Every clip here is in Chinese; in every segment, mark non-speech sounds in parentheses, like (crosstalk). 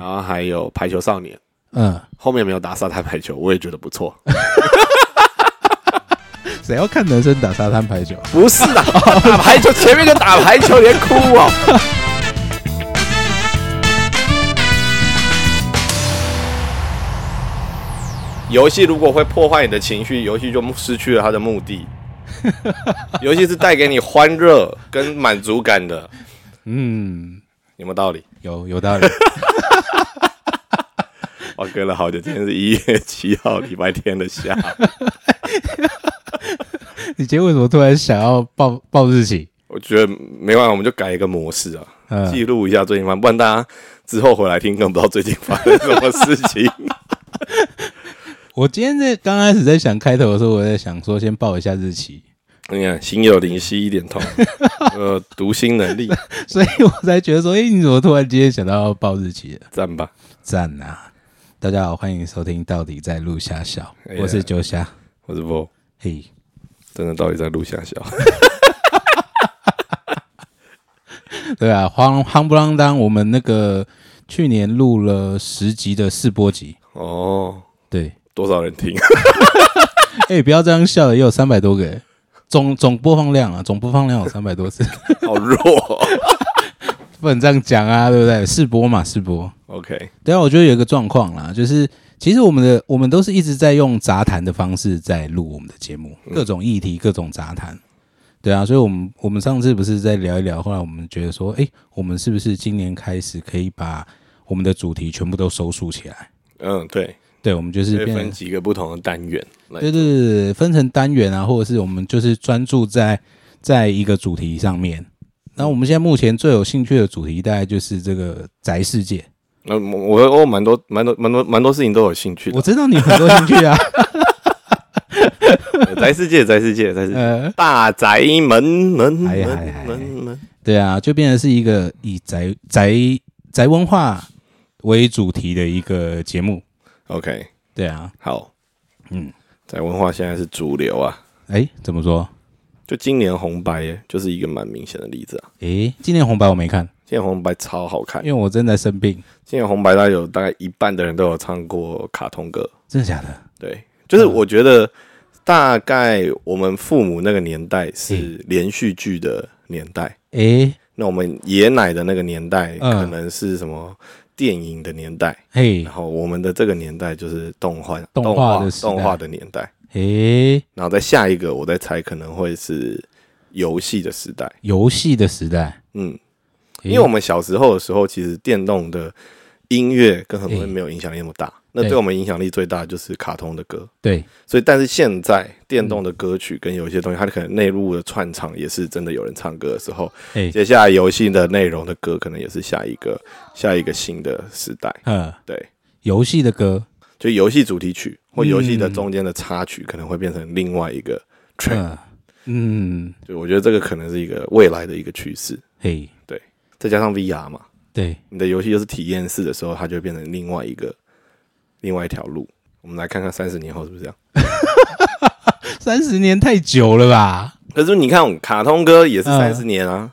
然后还有排球少年，嗯，后面没有打沙滩排球，我也觉得不错。谁要看男生打沙滩排球？不是啊， (laughs) 打排球前面就打排球，连哭哦。游戏如果会破坏你的情绪，游戏就失去了它的目的。游戏是带给你欢乐跟满足感的，嗯，有没有道理？有有道理。我隔了好久，今天是一月七号，礼拜天的下午。 (laughs) 你今天为什么突然想要报报日期？我觉得没办法，我们就改一个模式啊，嗯记录一下最近发生，不然大家之后回来听，根本不知道最近发生什么事情。 (laughs) 我今天在刚开始在想开头的时候，我在想说先报一下日期，你看，心有灵犀一点通， (laughs) 呃，读心能力， (laughs) 所以我才觉得说，哎、你怎么突然今天想到要报日期了？赞吧！赞呐、啊！大家好，欢迎收听《到底在录下笑哎》，呀我是九霞。我是波，嘿，真的到底在录下笑？对啊，慌夯不啷当，我们那个去年录了十集的试播集，哦，对，多少人听？ (laughs) 哎、不要这样笑，也有三百多个欸，总总播放量啊，总播放量有三百多次，好弱、哦。不能这样讲啊，对不对？试播嘛，试播。 OK，对啊，我觉得有一个状况啦，就是其实我们的我们都是一直在用杂谈的方式在录我们的节目，各种议题，各种杂谈。对啊，所以我们我们上次不是在聊一聊，后来我们觉得说，哎，我们是不是今年开始可以把我们的主题全部都收束起来？嗯，对，对，我们就是可以变分几个不同的单元来对对对对，对分成单元啊，或者是我们就是专注在在一个主题上面。那嗯我们现在目前最有兴趣的主题，大概就是这个宅世界。那我我我蛮多蛮多蛮多蛮多事情都有兴趣我的，知道你很多 (laughs) 兴趣啊，哎宅世界，宅世界，宅世界，呃，大宅门门哎呀哎门呀门门，对啊，就变成是一个以宅宅宅文化为主题的一个节目。 OK，对啊，好，嗯，宅文化现在是主流啊，哎，怎么说？就今年红白耶就是一个蛮明显的例子啊。哎，今年红白我没看，今年红白超好看因，为我正在生病，今年红白大概有大概一半的人都有唱过卡通歌，真的假的？对，就是嗯我觉得大概我们父母那个年代是连续剧的年代，哎，那我们爷奶的那个年代嗯可能是什么电影的年代，嘿然，后我们的这个年代就是动画、动动画画的时代动画的年代，哎，然后在下一个我在猜可能会是游戏的时代，游戏的时代，嗯，诶因为我们小时候的时候，其实电动的音乐跟很多人哎没有影响力那么大。那对我们影响力最大的就是卡通的歌，对所以但是现在电动嗯的歌曲跟有一些东西，它可能内陆的串场也是真的有人唱歌的时候，哎，接下来游戏的内容的歌可能也是下一个下一个新的时代。呃，对，游戏的歌，就游戏主题曲或游戏的嗯中间的插曲，可能会变成另外一个 track。嗯嗯，就我觉得这个可能是一个未来的一个趋势，嘿，再加上 VR 嘛，对，你的游戏又是体验式的时候，它就会变成另外一个另外一条路。我们来看看三十年后是不是这样。三十年太久了吧？可是你看，我们卡通歌也是嗯三十年啊。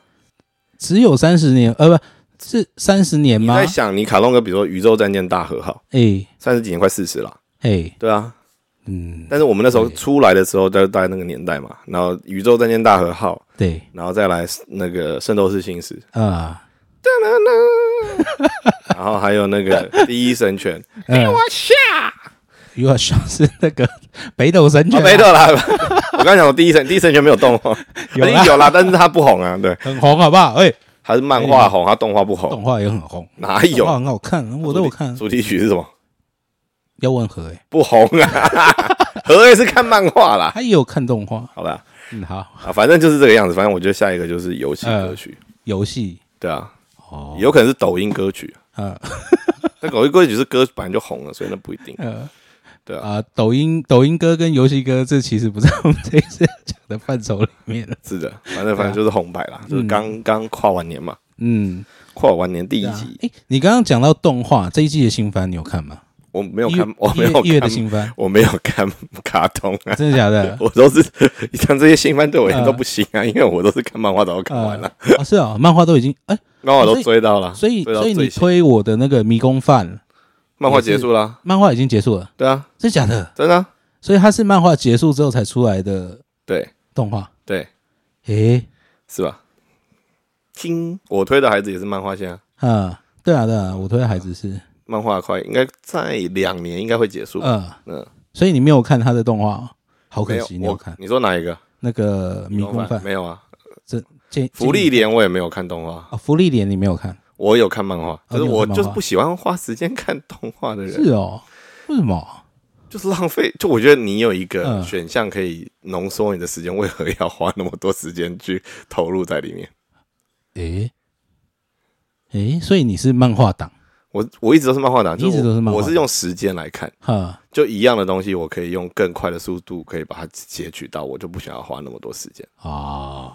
只有三十年，呃，不是三十年你嗯吗在？想，你卡通歌，比如说《宇宙战舰大和号哎》，三十几年快四十了，嘿，对啊。嗯，但是我们那时候对出来的时候，在大概那个年代嘛。然后《宇宙战舰大和号》，对，然后再来那个《圣斗士星矢啊、》，然后还有那个《第一神拳》呃，我下，又要像是那个北 (laughs) 斗神拳、啊，没有 (laughs) 啦。我刚才讲我《第一神》，《第一神拳》没有动画，有啦一定有啦，但是它不红啊。对，很红，好不好？哎、它是漫画红，它动画不红，动画也很红，哪有动画？很好看，我都有看。主题曲是什么？要问何哎、不红啊， (laughs) 何也是看漫画啦，他也有看动画。好吧嗯，好，啊，反正就是这个样子。反正我觉得下一个就是游戏歌曲，游戏对啊，哦，有可能是抖音歌曲。 (laughs) 呃那抖音歌曲是歌本来就红了，所以那不一定。呃，对啊啊、抖音抖音歌跟游戏歌，这其实不在我们这一次要讲的范畴里面了。是的，反正反啊正就是红白啦，就是刚刚跨完年嘛，嗯，跨完年第一对啊集哎、你刚刚讲到动画这一季的新番，你有看吗？我没有一看，我一没月有一月的看，新番，我没有看卡通啊，？真的假的 (laughs) 我都是像这些新番对我而言都不行呃啊，因为我都是看漫画早就看完了，啊，是啊，漫画都已经哎，漫画我所都以追到了，所以追到所以你最新推我的那个迷宫饭，漫画结束啦，漫画已经结束了，对啊，真的假的？真的啊，所以它是漫画结束之后才出来的对动画，对，诶，是吧？听我推的孩子也是漫画线啊，啊，对啊对啊，我推的孩子是，漫画快应该在两年应该会结束，嗯嗯，所以你没有看他的动画哦，好没可有惜，你有我看你说哪一个？那个迷宫饭没有啊，建福利脸我也没有看动画，啊，福利脸你没有看？我有看漫画，可是哦你有看我漫就是画不喜欢花时间看动画的人，是哦，为什么？就是浪费。就我觉得你有一个嗯选项可以浓缩你的时间，为何要花那么多时间去投入在里面？诶诶，所以你是漫画党，我我一直都是漫画党，你一直就都是漫画我党是用时间来看，哈，就一样的东西，我可以用更快的速度可以把它截取到，我就不想要花那么多时间。哦，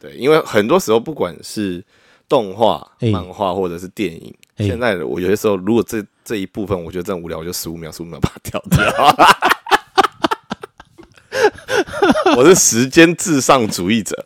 对，因为很多时候不管是动画、哎漫画或者是电影，哎现在的我有些时候如果这这一部分我觉得真的无聊，我就十五秒、十五秒把它跳掉。 (laughs) 我是时间至上主义 (laughs) 者，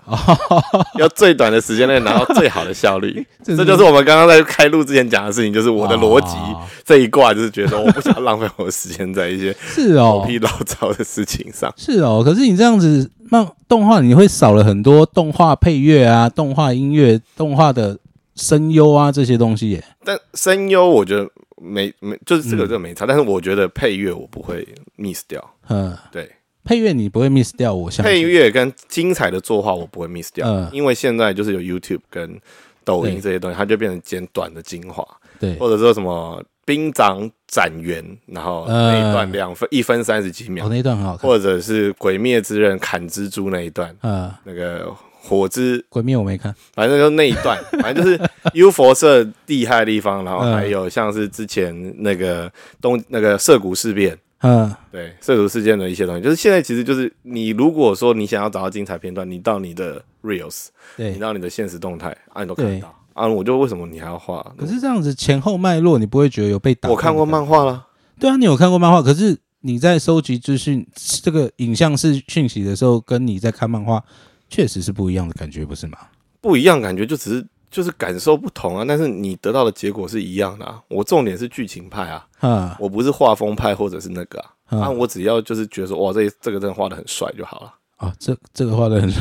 要最短的时间内拿到最好的效率。哎这是这就是我们刚刚在开录之前讲的事情，就是我的逻辑哦这一卦，就是觉得说我不想浪费我的时间在一些是哦狗，屁老糟的事情上。是哦，可是你这样子漫动画，你会少了很多动画配乐啊、动画音乐、动画的声优啊这些东西耶。但声优我觉得没没，就是这个这个没差，但是我觉得配乐我不会 miss 掉，嗯，对，配乐你不会 miss 掉，我相配信。乐跟精彩的作画我不会 miss 掉，嗯因为现在就是有 YouTube 跟抖音对这些东西，它就变成简短的精华，对，或者说什么兵长斩员，然后那一段嗯两分一分三十几哦，秒，那一段很好看。或者是鬼灭之刃砍蜘蛛那一段，呃，那个火之鬼灭我没看。反正就那一段， (laughs) 反正就是 U 佛社厉害的地方，然后嗯还有像是之前那个东那个涉谷事变，嗯，对涉谷事件的一些东西，就是现在其实就是你如果说你想要找到精彩片段，你到你的 reels，你对。到你的现实动态，啊，你都看得对到啊，我就为什么你还要画？可是这样子前后脉络，你不会觉得有被打？我看过漫。画啦，对啊，你有看过漫画，可是你在收集资讯、这个影像式讯息的时候，跟你在看漫画确实是不一样的感觉，不是吗？不一样，感觉就只是就是感受不同啊，但是你得到的结果是一样的啊。我重点是剧情派啊，啊，我不是画风派或者是那个啊，嗯啊，我只要就是觉得说哇，这这个真的画的很帅就好了。哦，这这个画的很，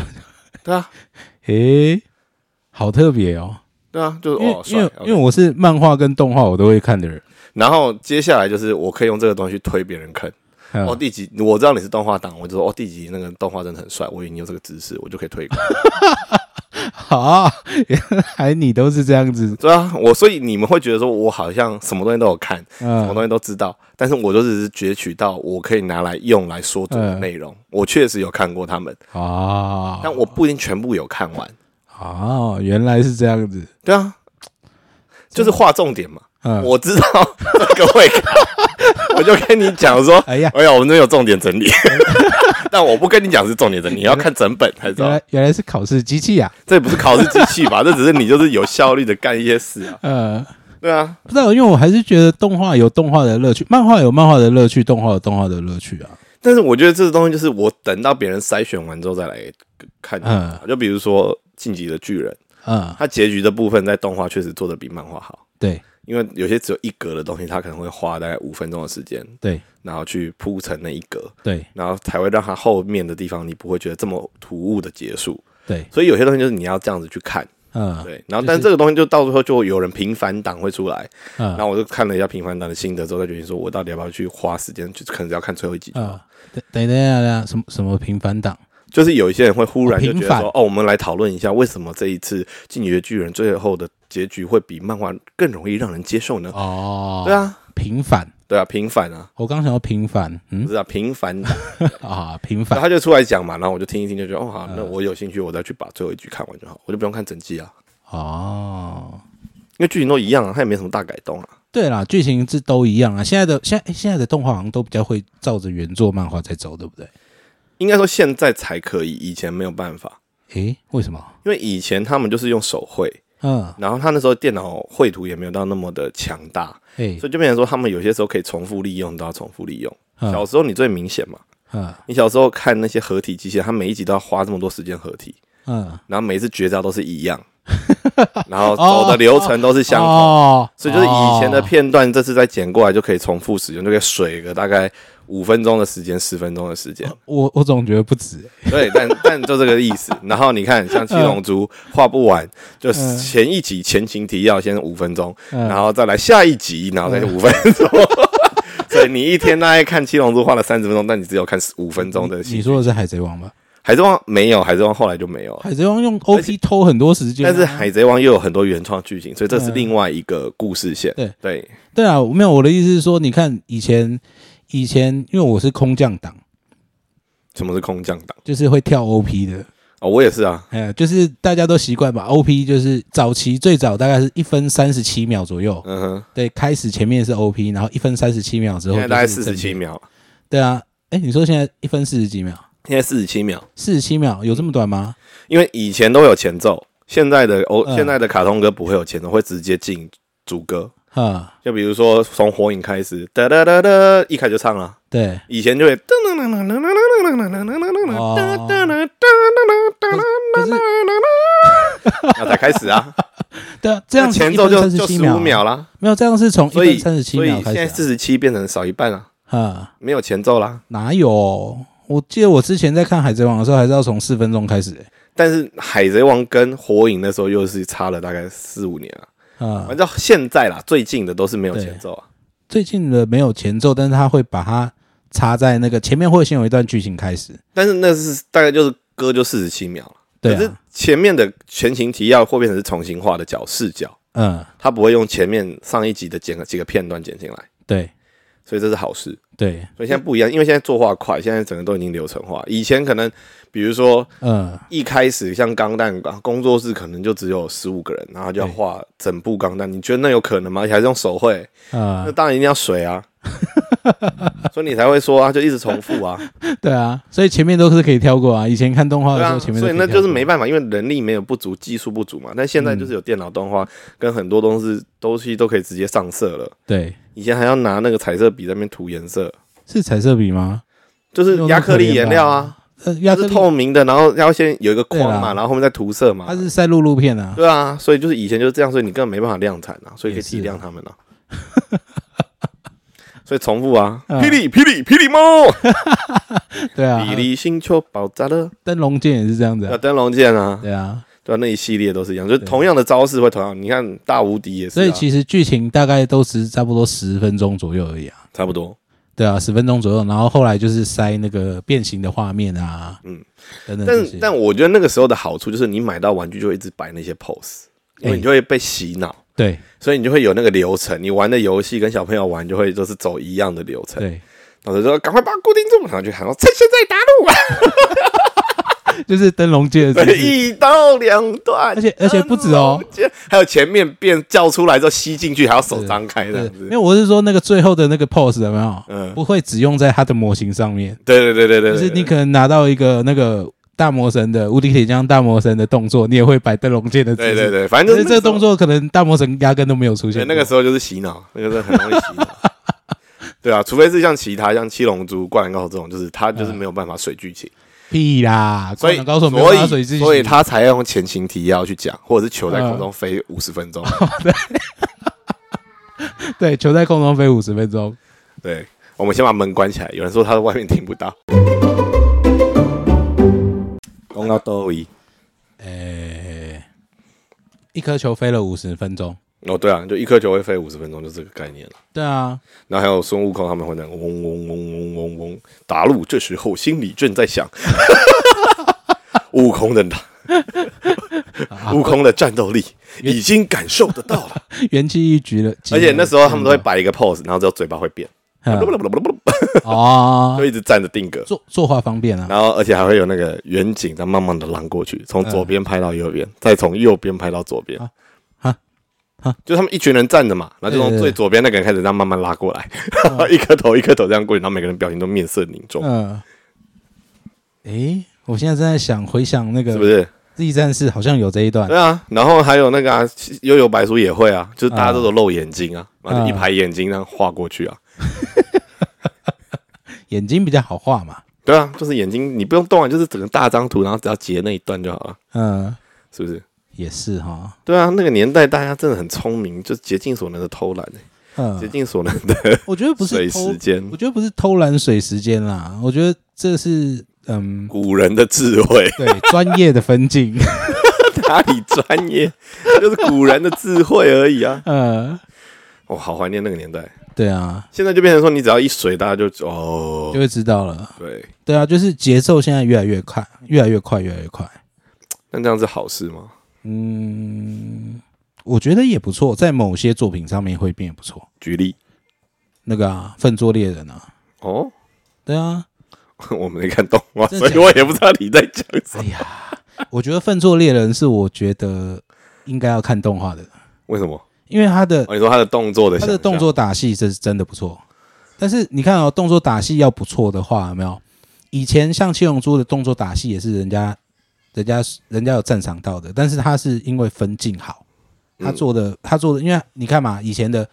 对啊，诶、好特别哦。对啊，就是因为哦，因帅为 OK 因为我是漫画跟动画我都会看的人，然后接下来就是我可以用这个东西去推别人坑。嗯哦，第几？我知道你是动画党，我就说哦，第几那个动画真的很帅，我以为你有这个知识，我就可以推 (laughs) 坑。好、 (laughs) 啊，原来你都是这样子，对啊，我所以你们会觉得说我好像什么东西都有看，什么嗯东西都知道，但是我就只是攫取到我可以拿来用来说嘴嗯的内容。我确实有看过他们，啊但我不一定全部有看完。啊，原来是这样子，对啊，就是画重点嘛。嗯，我知道这个会看， (laughs) 我就跟你讲说，哎呀，哎呀，我们这边有重点 (laughs) 整理，但我不跟你讲是重点整理，你要看整本才知嗯原道来。原来是考试机器啊呀、这也不是考试机器吧？ (laughs) 这只是你就是有效率的干一些事啊。呃，对啊，不知道，因为我还是觉得动画有动画的乐趣，漫画有漫画的乐趣，动画有动画的乐趣啊，但是我觉得这个东西就是我等到别人筛选完之后再来看。嗯就比如说《晋级的巨人》，嗯，它结局的部分在动画确实做的比漫画好，对因为有些只有一格的东西，它可能会花大概五分钟的时间，对然后去铺成那一格，对然后才会让它后面的地方你不会觉得这么突兀的结束。对，所以有些东西就是你要这样子去看。嗯对，然后但这个东西就到时候就会有人平反党会出来，然嗯后我就看了一下平凡党的心得之后，再决定说我到底要不要去花时间，就是可能只要看最后一集。嗯，等等一下等一下，等一下什么什么平凡党，就是有一些人会忽然哦就觉平得反说，哦，我们来讨论一下为什么这一次《进击的巨人》最后的结局会比漫画更容易让人接受呢？哦，对，啊，平凡，对啊，平凡啊，我刚想要平凡，不嗯是啊，平凡党，啊，平然凡后。他就出来讲嘛，然后我就听一听，就觉得哦好，嗯那我有兴趣，我再去把最后一集看完就好，我就不用看整季啊，哦，因为剧情都一样啊，它也没什么大改动啊。对啦，剧情是都一样啊。现在的现在诶现在的动画好像都比较会照着原作漫画在走，对不对？应该说现在才可以，以前没有办法，诶，为什么？因为以前他们就是用手绘，嗯，然后他那时候电脑绘图也没有到那么的强大，哎所，以就变成说他们有些时候可以重复利用，都要重复利用。嗯小时候你最明显嘛，嗯你小时候看那些合体机械，他每一集都要花这么多时间合体，嗯，然后每一次绝招都是一样，然后走的流程都是相哦同。所同以就是以前的哦片段，这次再剪过来就可以重复使用，就可以水个大概五分钟的时间，十分钟的时间。我我总觉得不止， (laughs) 对，但但就这个意思。然后你看，像嗯七龙珠画不完，就前一集前情提要先五分钟，嗯然后再来下一集，然后再五分钟。 (laughs) 所以你一天大概看七龙珠花了三十分钟，但你只有看五分钟的哦你戏。说的是海贼王吧？海贼王没有，海贼王后来就没有了。海贼王用 OP 偷很多时间啊，但是海贼王又有很多原创剧情，所以这是另外一个故事线。嗯对对，对啊，没有我的意思是说，你看以前以前，因为我是空降党，什么是空降党？就是会跳 OP 的，哦，我也是啊。哎呀，就是大家都习惯把 OP 就是早期最早大概是一分三十七秒左右，嗯哼，对，开始前面是 OP，然后一分三十七秒之后现在大概就是四正十片七，秒，对啊，哎，你说现在一分四十几秒，现在四十七秒，四十七秒有这么短吗？因为以前都有前奏，现在的哦，嗯现在的卡通歌不会有前奏，会直接进主歌。哈，就比如说从火影开始，哒哒哒哒，一开始就唱了。对，以前就会噔噔噔噔噔噔噔噔噔噔噔哦噔噔噔噔可是那才开始啊，对啊， (laughs) 这样前奏就就十啊十五，秒啦，没有这样是从一所分以三十七所以秒开现在始四十七变成少一半啊，啊，哈，没有前奏啦。哪有？我记得我之前在看《海贼王》的时候，还是要从四分钟开始、欸但是海贼王跟火影那时候又是差了大概四五年啊，欸，啊、反正现在啦，最近的都是没有前奏啊。最近的没有前奏，但是他会把它插在那个前面，会先有一段剧情开始，但是那是大概就是歌就四十七秒了，对、可是啊，前面的全情提要会变成是重新画的角视角，嗯，他不会用前面上一集的剪个几个片段剪进来，对所以这是好事。对，所以现在不一样，因为现在作画快，现在整个都已经流程化。以前可能比如说嗯，一开始像钢弹工作室可能就只有十五个人，然后就要画整部钢弹，你觉得那有可能吗？而且还是用手绘，啊、那当然一定要水 (laughs) 啊，所以你才会说啊，就一直重复啊。对啊，所以前面都是可以跳过啊。以前看动画的对时啊，候，前面都所以可那跳过就是没办法，因为人力没有不足，技术不足嘛。但现在就是有电脑动画，跟很多东西东西都可以直接上色了。对，以前还要拿那个彩色笔在那边涂颜色，是彩色笔吗？就是亚克力颜料啊，呃，它亚克是力透明的，然后要先有一个框对啦嘛，然后后面再涂色嘛 (laughs) 它。是赛璐璐片啊，对啊，所以就是以前就是这样，所以你根本没办法量产啊，所以可以也是体啊谅他们 (laughs) 啊。所以重复啊，嗯霹雳霹雳霹雳猫， (laughs) 对啊，霹雳星球爆炸了，灯笼剑也是这样子、要啊，灯笼剑啊，对啊，对啊，那一系列都是一样，就是对同样的招式会同样。你看大无敌也是、啊，所以其实剧情大概都是差不多十分钟左右而已啊。差不多。对啊，十分钟左右，然后后来就是塞那个变形的画面啊，嗯嗯，等等这些但但我觉得那个时候的好处就是，你买到玩具就会一直摆那些 pose，因为哎你就会被洗脑， (laughs) 对所以你就会有那个流程。你玩的游戏跟小朋友玩就会都是走一样的流程。对，老师说：“赶快把它固定住。”然后就 (laughs) 喊说：“趁现在打入啊！就是灯笼界的姿势，一刀两断。”而且而且不止哦，还有前面变叫出来之后吸进去，还要手张开这对样，因子为。我是说那个最后的那个 pose 有没有？嗯不会只用在它的模型上面，对对对对对，就是你对可能拿到一个那个大魔神的无敌铁匠大魔神的动作，你也会摆灯笼界的姿势，对对对，反正但就是是这个那时候动作可能大魔神压根都没有出对，现过，那个时候就是洗脑，那个时候很容易洗 (laughs) 脑。对啊，除非是像其他像七龙珠、灌篮高手这种，就是他就是没有办法水剧情，屁啦，所以嗯灌篮高手没有所拿水以之所以他才要用前情提要去讲，或者是球在空中飞五十 (laughs) 分钟。对球在空中飞五十分钟，对，我们先把门关起来。有人说他在外面听不到。公告都一诶，哎一颗球飞了五十分钟，哦，对啊，就一颗球会飞五十分钟，就这个概念了。对啊。然后还有孙悟空他们会那个嗡嗡嗡嗡嗡嗡。达路这时候心里正在想， (laughs) 悟空的悟空的战斗力已经感受得到了，元气一局了。而且那时候他们都会摆一个 pose，然后之后嘴巴会变，嗯就哦， (laughs) 一直站着定格，作作画方便啊，然后而且还会有那个远景在慢慢的拉过去，从左边拍到右边，再从右边拍到左边嗯啊啊。就他们一群人站着嘛，然后就对嗯从对对最左边那个人开始，这样慢慢拉过来，然 (laughs) 后一颗头一颗头这样过去，然后每个人表情都嗯面色凝重，嗯。诶，我现在正在想回想那个，是不是？力战士好像有这一段对啊，然后还有那个啊，悠悠白书也会啊，就是大家都有露眼睛嗯啊，然后就一排眼睛这样画过去啊。眼睛比较好画嘛，对啊，就是眼睛你不用动啊，就是整个大张图，然后只要截那一段就好了，嗯，是不是？也是哈，对啊，那个年代大家真的很聪明，就竭尽所能的偷懒、欸竭嗯，尽所能的我觉得不水是时偷，间，我觉得不是偷懒水时间啦，我觉得这是嗯，，古人的智慧对 (laughs) 专业的分镜，哪里专业？就是古人的智慧而已啊！呃，我、好怀念那个年代，对啊，现在就变成说，你只要一水，大家就哦就，会知道了，对，对啊，就是节奏现在越来越快，越来越快，越来越快，那这样是好事吗？嗯，我觉得也不错，在某些作品上面会变得不错，举例那个啊，《粪作猎人》啊，哦，对啊，我没看动画，真所的以我也不知道你在讲什么。哎呀， (laughs) 我觉得《粪作猎人》是我觉得应该要看动画的，为什么？因为他的哦，你说他的动作的他想象，的动作打戏这是真的不错。但是你看哦，动作打戏要不错的话，有没有？以前像七龙珠的动作打戏也是人家、人家、人家有赞赏到的，但是他是因为分镜好，嗯他做的、他做的，因为你看嘛，以前的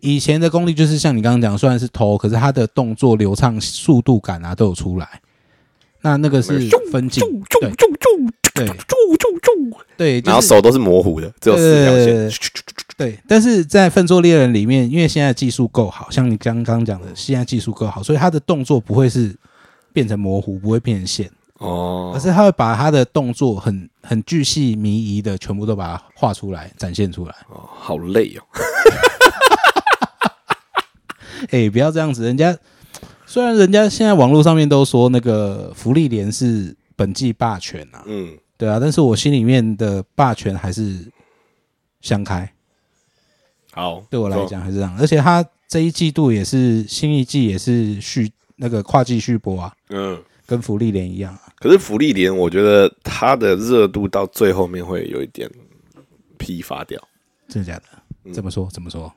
以前的功力就是像你刚刚讲，虽然是偷，可是他的动作流畅、速度感啊都有出来。那那个是分镜，对对对，就然后是手都是模糊的，只有四条对对对线对。对，但是在《粪作猎人》里面，因为现在技术够好，像你刚刚讲的，现在技术够好，所以他的动作不会是变成模糊，不会变成线，而哦，是他会把他的动作很很巨细靡遗的全部都把它画出来，展现出来。哦好累哦。哎，不要这样子，人家虽然人家现在网络上面都说那个福利连是本季霸权啊，嗯，对啊，但是我心里面的霸权还是相开。好，对我来说，讲还是这样。而且他这一季度也是新一季也是续那个跨季续播啊，嗯，跟福利联一样啊。可是福利连，我觉得它的热度到最后面会有一点疲乏掉。真的假的？怎么说？怎么说？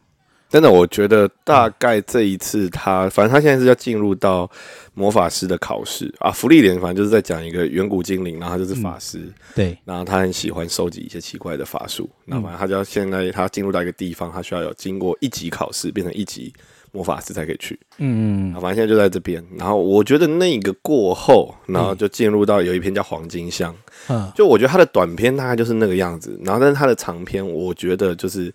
真的，我觉得大概这一次他，反正他现在是要进入到魔法师的考试啊。福利连反正就是在讲一个远古精灵，然后他就是法师，对，然后他很喜欢收集一些奇怪的法术。那反正他就要现在他进入到一个地方，他需要有经过一级考试，变成一级魔法师才可以去。嗯，啊，反正现在就在这边。然后我觉得那个过后，然后就进入到有一篇叫《黄金箱》，嗯就我觉得它的短篇大概就是那个样子，然后但是它的长篇我觉得就是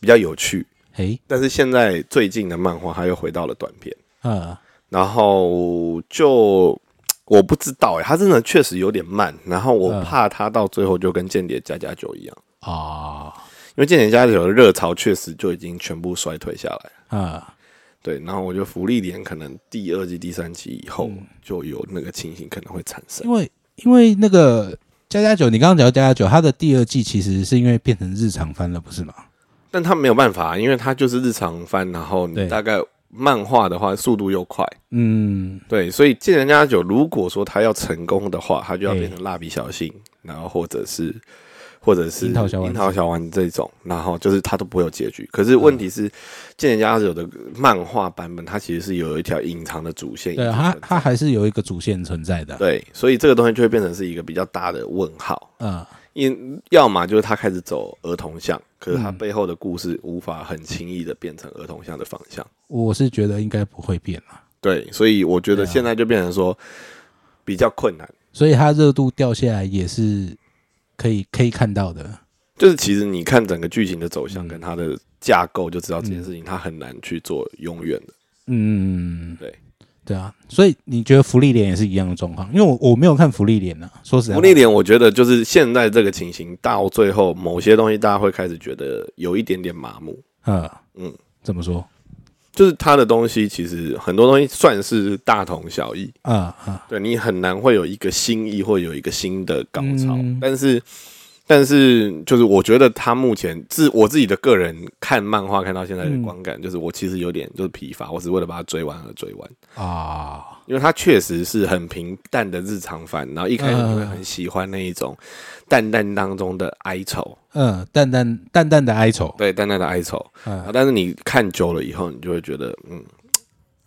比较有趣。诶，但是现在最近的漫画，它又回到了短篇，嗯，然后就我不知道哎、它真的确实有点慢，然后我怕它到最后就跟《间谍加加酒》一样，哦，因为《间谍加加酒》的热潮确实就已经全部衰退下来了。嗯，对，然后我觉得福利连可能第二季、第三季以后就有那个情形可能会产生因。为因为那个加加九，你刚刚讲到加加九，它的第二季其实是因为变成日常番了，不是吗？但他没有办法，因为他就是日常翻，然后对你大概漫画的话速度又快，嗯，对，所以《见人家酒》如果说他要成功的话，他就要哎变成蜡笔小新，然后或者是或者是樱桃小丸樱子桃小丸子这种，然后就是他都不会有结局。可是问题嗯是，《见人家酒》的漫画版本，它其实是有一条隐藏的主线，对，啊一直它存在它还是有一个主线存在的。对，所以这个东西就会变成是一个比较大的问号。嗯，因要么就是他开始走儿童向，可是他嗯背后的故事无法很轻易的变成儿童向的方向。我是觉得应该不会变了，对，所以我觉得对啊现在就变成说比较困难，所以它热度掉下来也是可以可以看到的。就是其实你看整个剧情的走向嗯跟它的架构，就知道这件事情它很难去做永远的。嗯，对对啊，所以你觉得福利脸也是一样的状况？因为我我没有看福利脸啊，说实在话，福利点，我觉得就是现在这个情形到最后，某些东西大家会开始觉得有一点点麻木。嗯嗯嗯，怎么说？就是它的东西，其实很多东西算是大同小异，啊啊，对你很难会有一个新意或有一个新的高潮，嗯但是。但是，就是我觉得他目前自我自己的个人看漫画看到现在的观感，就是我其实有点就是疲乏，我只是为了把它追完而追完，啊，因为它确实是很平淡的日常番，然后一开始你会很喜欢那一种淡淡当中的哀愁，嗯，淡淡淡淡的哀愁，对淡淡的哀愁，啊嗯，但是你看久了以后，你就会觉得，嗯，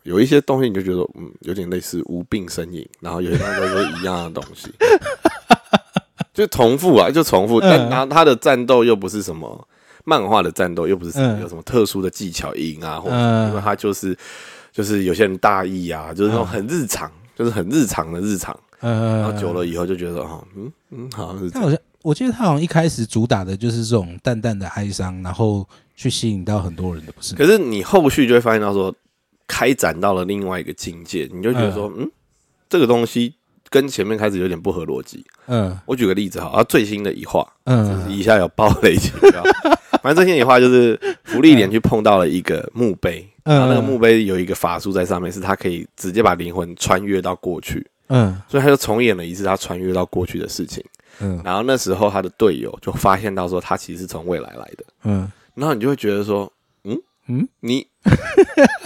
有一些东西你就觉得，嗯，有点类似无病呻吟，然后有些东西都是一样的东西， (laughs) 就重复啊，就重复。嗯但然后他的战斗又不是什么漫画的战斗，又不是什么嗯有什么特殊的技巧赢啊，或者嗯因为他就是就是有些人大意啊，就是那种很日常，就是很日常的日常。呃，然后久了以后就觉得哦，嗯嗯，好像是这他样。好像我记得他好像一开始主打的就是这种淡淡的哀伤，然后去吸引到很多人的，不是吗？可是你后续就会发现到说，开展到了另外一个境界，你就觉得说，嗯，这个东西跟前面开始有点不合逻辑。嗯我举个例子好，啊，最新的一话，嗯以下有暴雷情况。反正最新的一话就是福利莲去碰到了一个墓碑，然后那个墓碑有一个法术在上面，是他可以直接把灵魂穿越到过去，嗯所以他就重演了一次他穿越到过去的事情。嗯然后那时候他的队友就发现到说他其实是从未来来的，嗯 (laughs) 然后你就会觉得说，嗯嗯，你 (laughs)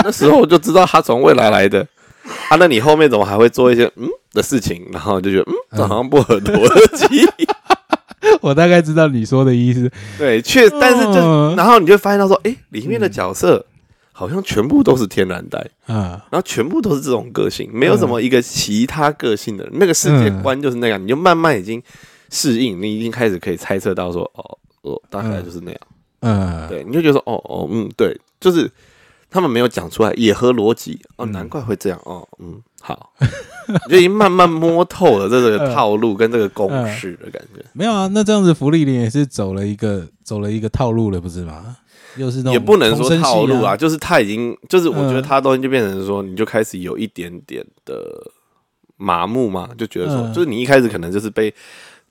那时候我就知道他从未来来的。啊，那你后面怎么还会做一些嗯的事情？然后就觉得嗯，这好像不合逻辑。 (laughs) 我大概知道你说的意思。对，确，但是就嗯然后你就发现到说，诶，里面的角色好像全部都是天然呆，嗯然后全部都是这种个性，没有什么一个其他个性的人，那个世界观嗯就是那样，你就慢慢已经适应，你已经开始可以猜测到说，哦，哦，大概就是那样，嗯，对，你就觉得说，哦哦，嗯，对，就是他们没有讲出来，也合逻辑，哦，嗯难怪会这样，哦，嗯，好，你就已经慢慢摸透了这个嗯套路跟这个公式的感觉。 (laughs) 没有啊，那这样子福利林也是走了一个走了一个套路了，不是吗？又是那种也不能童说声戏套路啊，啊，就是他已经，就是我觉得嗯他的东西就变成说，你就开始有一点点的麻木嘛，就觉得说，嗯就是你一开始可能就是被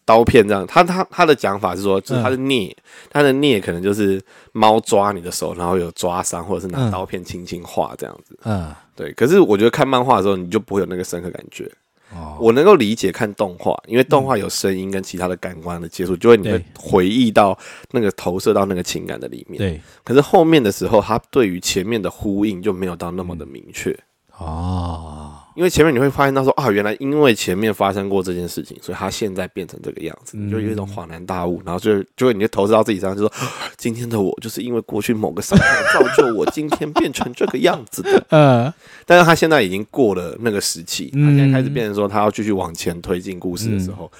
刀片这样。他他他的讲法是说，就是他嗯的镊，他的镊可能就是猫抓你的手，然后有抓伤，或者是拿嗯刀片轻轻划这样子。嗯对，可是我觉得看漫画的时候，你就不会有那个深刻感觉。哦，我能够理解看动画，因为动画有声音跟其他的感官的接触，就会你会对回忆到那个投射到那个情感的里面。对可是后面的时候，它对于前面的呼应就没有到那么的明确，嗯哦，因为前面你会发现到说啊，原来因为前面发生过这件事情，所以它现在变成这个样子，嗯你就有一种恍然大悟，然后就就会你就投射到自己身上，就说啊今天的我就是因为过去某个伤害造就我今天变成这个样子的。呃但是他现在已经过了那个时期，他嗯现在开始变成说他要继续往前推进故事的时候，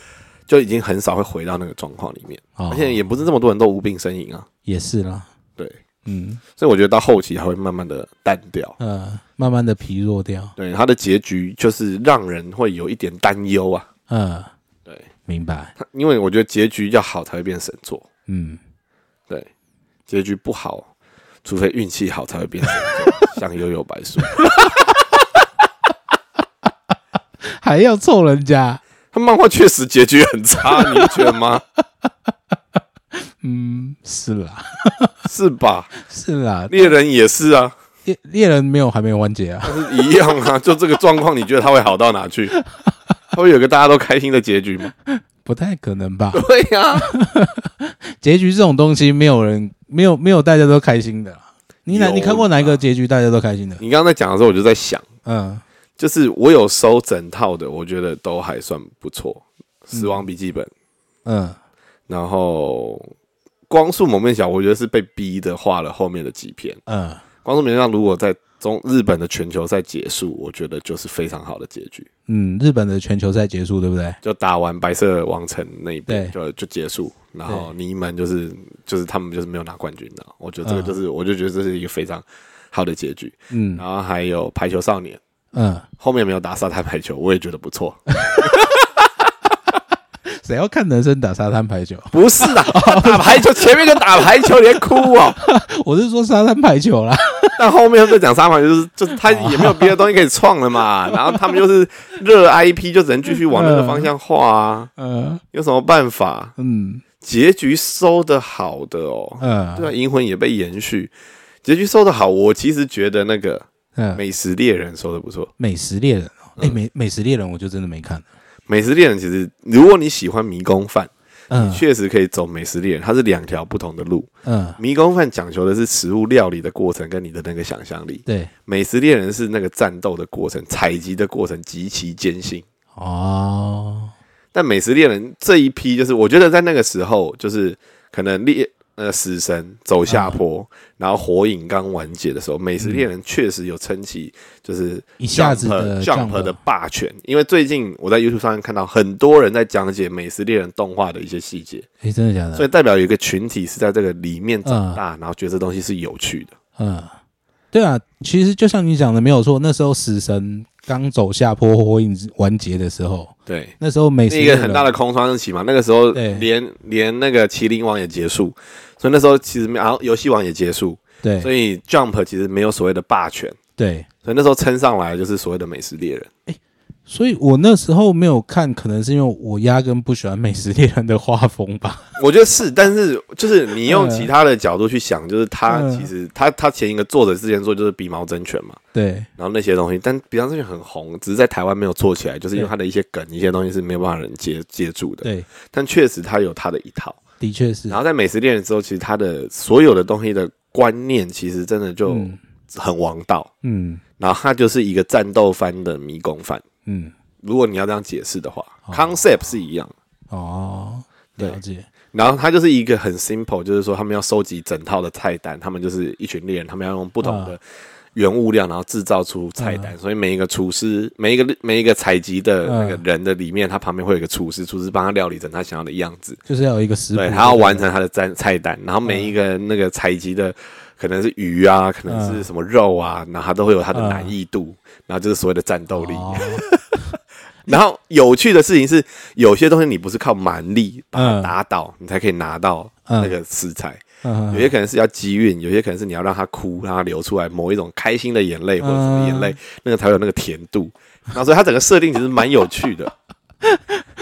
就已经很少会回到那个状况里面，哦，而且也不是这么多人都无病呻吟啊，也是啦，对，嗯所以我觉得到后期它会慢慢的淡掉。呃，慢慢的疲弱掉，对，它的结局就是让人会有一点担忧啊。嗯，对，明白，它因为我觉得结局要好才会变神作，嗯，对，结局不好，除非运气好才会变神作，像悠悠白书，还要凑人家，他漫画确实结局很差，你不觉得吗？嗯，是啦，是吧？是啦，猎人也是啊，猎猎人没有还没有完结啊， (laughs) 但是一样啊，就这个状况，你觉得他会好到哪 (laughs) 去？他会有个大家都开心的结局吗？不太可能吧？对呀、结局这种东西，没有人没有没有大家都开心的啦。你哪有你看过哪一个结局大家都开心的？你刚刚在讲的时候，我就在想。嗯就是我有收整套的，我觉得都还算不错，《死亡笔记本》嗯然后《光速蒙面侠》，我觉得是被逼的画了后面的几篇。《嗯，光速蒙面侠》如果在中日本的全球赛结束，我觉得就是非常好的结局，嗯，日本的全球赛结束，对不对？就打完白色王城那一边对就就结束，然后尼门就是就是他们就是没有拿冠军的，我觉得这个嗯就是、我就觉得这是一个非常好的结局。嗯然后还有排球少年。嗯，后面没有打沙滩排球，我也觉得不 (laughs) 错。谁要看男生打沙滩排球？ (laughs) 不是啦，打排球前面就打排球，连哭 (laughs) 哦、我是说沙滩排球啦。但后面在讲沙盘，就是就是他也没有别的东西可以创了嘛。哦然后他们就是热 IP，就只能继续往那个方向画啊， (laughs) 嗯有什么办法？嗯结局收的好的哦、对嗯啊，银魂也被延续，结局收的好。我其实觉得那个嗯，美食猎人收的不错。美食猎人哦，嗯哎美美食猎人我就真的没看。美食猎人其实，如果你喜欢迷宫饭，嗯确实可以走美食猎人，它是两条不同的路。嗯，迷宫饭讲求的是食物料理的过程跟你的那个想象力，对美食猎人是那个战斗的过程、采集的过程极其艰辛，哦，但美食猎人这一批就是，我觉得在那个时候，就是可能猎呃死神走下坡，嗯然后火影刚完结的时候，美食猎人确实有撑起就是一下子的 Jump jump 的霸权，因为最近我在 YouTube 上面看到很多人在讲解美食猎人动画的一些细节，哎、真的假所的？以代表有一个群体是在这个里面长大，然后觉得这东西是有趣的。嗯，对啊，其实就像你讲的没有错，那时候死神刚走下坡火影完结的时候，对，那时候美食那一个很大的空窗期嘛，那个时候对连连那个麒麟王也结束，所以那时候其实然后游戏王也结束，对所以 Jump 其实没有所谓的霸权，对，所以那时候撑上来就是所谓的美食猎人。所以我那时候没有看，可能是因为我压根不喜欢美食猎人的画风吧。我觉得是，但是就是你用嗯其他的角度去想，就是他嗯其实他他前一个作者之前做就是鼻毛真犬嘛，对然后那些东西，但鼻毛真犬很红，只是在台湾没有做起来，就是因为对他的一些梗、一些东西是没有办法人接接住的。对，但确实他有他的一套。的确是然。后在美食猎人之后，其实他的所有的东西的观念，其实真的就嗯很王道。嗯然后他就是一个战斗番的迷宫番。嗯，如果你要这样解释的话、c o n c e p t 是一样的。哦，了解。然后它就是一个很 simple，就是说他们要收集整套的菜单，他们就是一群猎人，他们要用不同嗯的原物料，然后制造出菜单。所以每一个厨师，每一个每一个采集的那嗯个人的里面，他旁边会有一个厨师，厨师帮他料理成他想要的样子。就是要有一个食谱，对，他要完成他的菜菜单，然后每一个那个采集的可能是鱼啊，可能嗯是什么肉啊，然后他都会有它的难易度，然后就是所谓的战斗力。 (laughs) 哦然后有趣的事情是，有些东西你不是靠蛮力把它嗯打倒，你才可以拿到那个食材。嗯有些可能是要机运，有些可能是你要让它哭，让它流出来某一种开心的眼泪或者什么眼嗯泪，那个才有那个甜度。然后所以它整个设定其实蛮有趣 (laughs) 的，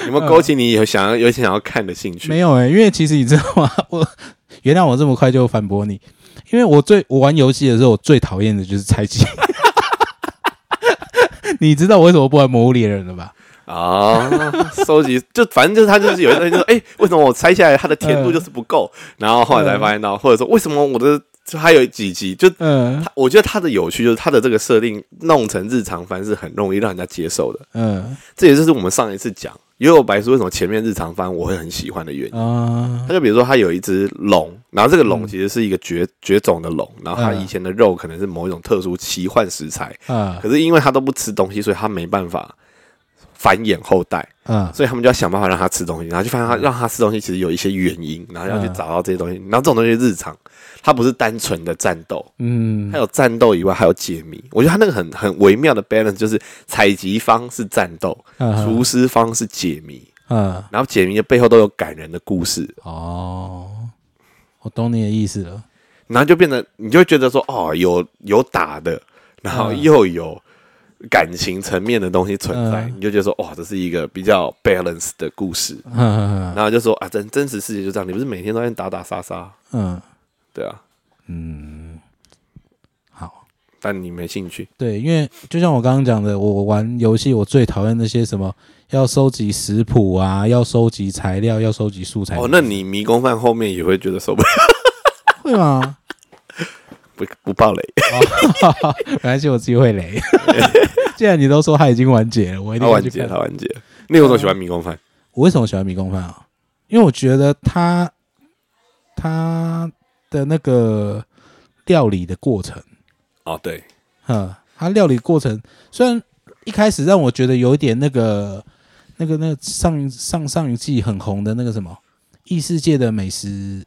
有没有勾起你有想要有想要看的兴趣？没有哎、因为其实你知道吗？ (laughs) 我原谅我这么快就反驳你，因为我最我玩游戏的时候，我最讨厌的就是猜忌。 (laughs) 你知道我为什么不玩《魔物猎人》了吧？啊，收集就反正就是他就是有一个人就说，哎、为什么我拆下来它的甜嗯度就是不够？然后后来才发现到，或者说为什么我的就还有几集就。嗯他我觉得他的有趣就是他的这个设定弄成日常番是很容易让人家接受的，嗯这也就是我们上一次讲《也有白书》为什么前面日常番我会很喜欢的原因。啊他就比如说，他有一只龙，然后这个龙其实是一个绝绝种的龙，然后它嗯以前的肉可能是某一种特殊奇幻食材，啊可是因为它都不吃东西，所以它没办法繁衍后代。啊！所以他们就要想办法让他吃东西，然后就发现他让他吃东西其实有一些原因，然后要去嗯找到这些东西。然后这种东西日常，它不是单纯的战斗，嗯还有战斗以外还有解谜。我觉得他那个很很微妙的 balance 就是采集方是战斗，嗯厨师方是解谜，嗯然后解谜的背后都有感人的故事，哦，我懂你的意思了。然后就变得你就会觉得说哦，有有打的，然后嗯又有。感情层面的东西存在，嗯你就觉得说，哇，这是一个比较 balance 的故事。嗯然后就说啊，真真实世界就这样，你不是每天都在打打杀杀， (laughs) 嗯对啊，嗯，好。但你没兴趣，对，因为就像我刚刚讲的，我玩游戏我最讨厌那些什么要收集食谱啊，要收集材料，要收集素材。哦，那你迷宫饭后面也会觉得受不了，会吗？不不爆雷，没关系，我自己 (laughs) 会雷。既然你都说它已经完结了，我一定他会完去结，看他。完结。你有多喜欢迷宫饭？我为什么喜欢迷宫饭啊？因为我觉得它它的那个料理的过程，啊哦，对，嗯，它料理过程虽然一开始让我觉得有一点那个那个那个上上上一季很红的那个什么异世界的美食，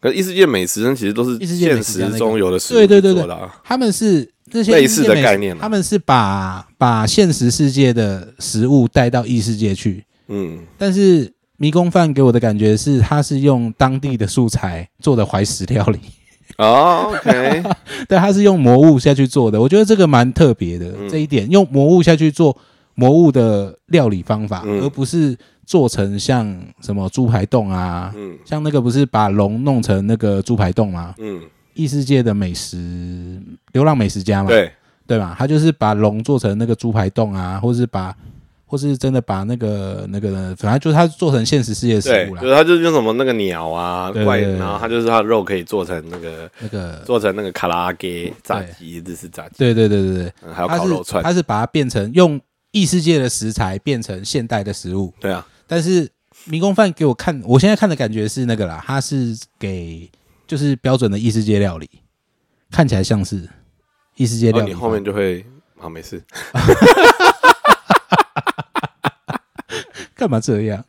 可是异世界美食呢，其实都是异世界美现食家那个实中有的食物对对对对做的啊，他们是那些类似的异世界美食概念啊他们是把把现实世界的食物带到异世界去，嗯，但是迷宫饭给我的感觉是，它是用当地的素材做的怀石料理，哦，OK， (laughs) 对，它是用魔物下去做的，我觉得这个蛮特别的、嗯这一点，用魔物下去做魔物的料理方法，嗯而不是做成像什么猪排冻啊，嗯像那个不是把龙弄成那个猪排冻吗？嗯，异世界的美食，流浪美食家嘛，对，对吧？他就是把龙做成那个猪排冻啊，或是把。或是真的把那个那个，反正就是它做成现实世界的对食物，啦就。是他就是用什么那个鸟啊对对怪，对然后他就是他的肉可以做成那个那个，做成那个卡拉给炸鸡，日式炸鸡，对对对对对，嗯还有它烤是肉串，它是把它变成用异世界的食材变成现代的食物，对啊，但是迷宫饭给我看，我现在看的感觉是那个啦，它是给就是标准的异世界料理，看起来像是异世界然料后理。哦你后面就会啊，没事，干嘛这样？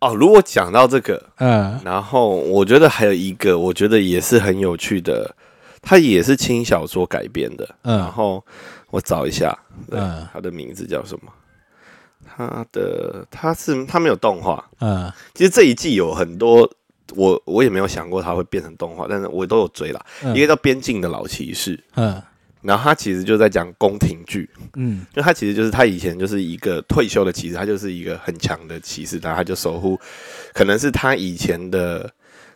哦，如果讲到这个，嗯然后我觉得还有一个，我觉得也是很有趣的，它也是轻小说改编的。然嗯后我找一下，对嗯它的名字叫什么？它的它是它没有动画，嗯其实这一季有很多。我我也没有想过它会变成动画，但是我都有追啦。嗯一个叫《边境的老骑士》，嗯然后它其实就在讲宫廷剧，嗯就他其实就是他以前就是一个退休的骑士，他就是一个很强的骑士，然后他就守护，可能是他以前的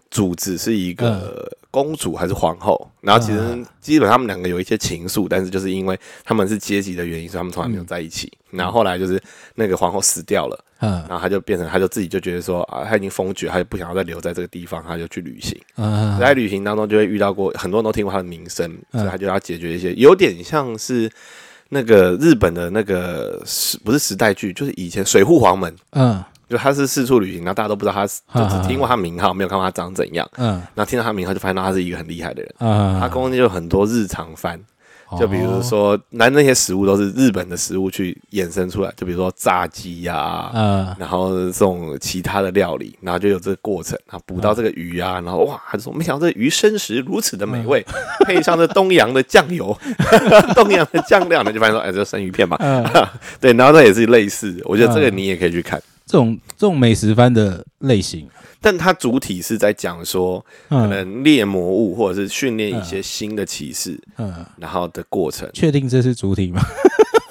主子是一个公主还是皇后，然后其实嗯基本他们两个有一些情愫，但是就是因为他们是阶级的原因，所以他们从来没有在一起。然后后来就是那个皇后死掉了，嗯然后他就变成他就自己就觉得说啊，他已经封爵，他就不想要再留在这个地方，他就去旅行。嗯在旅行当中就会遇到过很多人都听过他的名声，嗯所以他就要解决一些有点像是那个日本的那个时不是时代剧，就是以前水户黄门，嗯就他是四处旅行，然后大家都不知道他，嗯就只听过他名号，没有看过他长怎样。嗯然后听到他名号就发现到他是一个很厉害的人，嗯，哦他中间就有很多日常番，啊呃就比如说那那些食物都是日本的食物去衍生出来，就比如说炸鸡呀、嗯然后这种其他的料理，然后就有这个过程，然后捕嗯到这个鱼啊，然后哇，他就说没想到这鱼生食如此的美嗯味， (laughs) 配上这东洋的酱油， (laughs) 东洋的酱料，那就发现说，哎，这生鱼片嘛，嗯，对，然后这也是类似，我觉得这个你也可以去看，这种这种美食番的类型，但它主体是在讲说，可嗯能猎魔物或者是训练一些新的骑士，嗯，然后的过程，确定这是主体吗？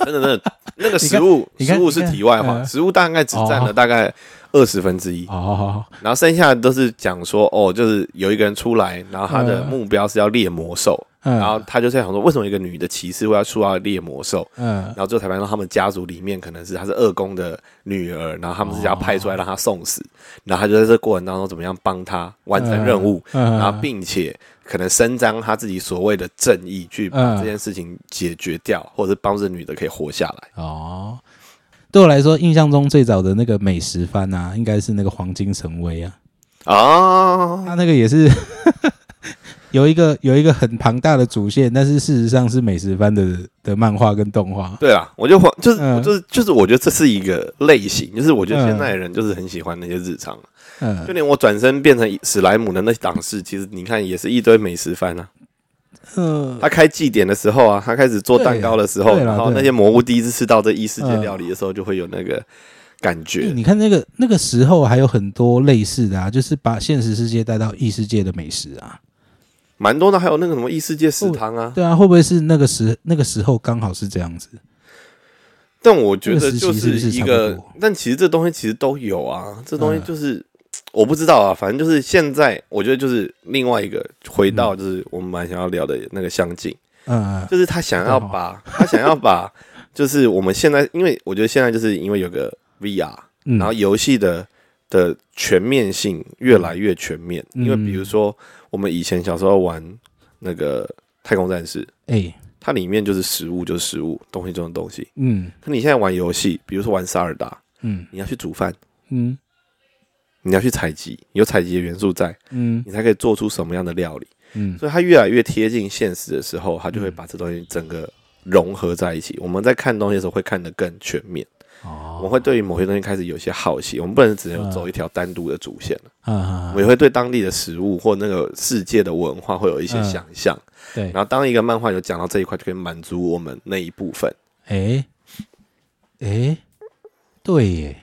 真的真的，那个食物 (laughs) 你看食物是你看题外话，嗯食物大概只占了哦大概二十分之一，好好好，然后剩下的都是讲说，哦，就是有一个人出来，然后他的嗯目标是要猎魔兽，嗯，然后他就在想说，为什么一个女的骑士会要出来猎魔兽？嗯然后最后才发现到他们家族里面可能是她是二公的女儿，然后他们是要派出来让她送死，然后他就在这过程当中怎么样帮她完成任务，嗯，然后并且可能伸张他自己所谓的正义，去把嗯这件事情解决掉，或者是帮这女的可以活下来。哦，对我来说，印象中最早的那个美食番啊，应该是那个《黄金神威》啊，啊，它那个也是 (laughs) 有一个有一个很庞大的主线，但是事实上是美食番的的漫画跟动画。对啦，我就黄就是、嗯我就是就是我觉得这是一个类型，就是我觉得现在的人就是很喜欢那些日常，啊就嗯，连我转身变成史莱姆的那档事，其实你看也是一堆美食番啊。呃，他开祭典的时候啊，他开始做蛋糕的时候，对啦然后对嗯那些蘑菇第一次吃到这异世界料理的时候，就会有那个感欸觉。你看那个那个时候还有很多类似的啊，就是把现实世界带到异世界的美食啊。蛮多的，还有那个什么异世界食堂啊。对啊，会不会是那个时那个时候刚好是这样子？但我觉得这就个时期是不是一差不个多，但其实这东西其实都有啊，这东西嗯就是、我不知道啊，反正就是现在我觉得就是另外一个回到就是我们蛮想要聊的那个相近，嗯就是他想要把哦他想要把 (laughs) 就是我们现在，因为我觉得现在就是因为有个 VR，嗯，然后游戏的的全面性越来越全面，嗯因为比如说我们以前小时候玩那个太空战士，哎、它里面就是食物就是食物，东西就是东西。嗯可你现在玩游戏，比如说玩《沙尔达》，嗯你要去煮饭，嗯你要去采集，有采集的元素在，嗯你才可以做出什么样的料理。嗯所以它越来越贴近现实的时候，它就会把这东西整个融合在一起。我们在看东西的时候会看得更全面，我们哦，会对于某些东西开始有一些好奇。我们不能只能嗯走一条单独的主线了，啊啊我，也会对当地的食物或那个世界的文化会有一些嗯想象。对，然后当一个漫画有讲到这一块，就可以满足我们那一部分。哎哎，对耶，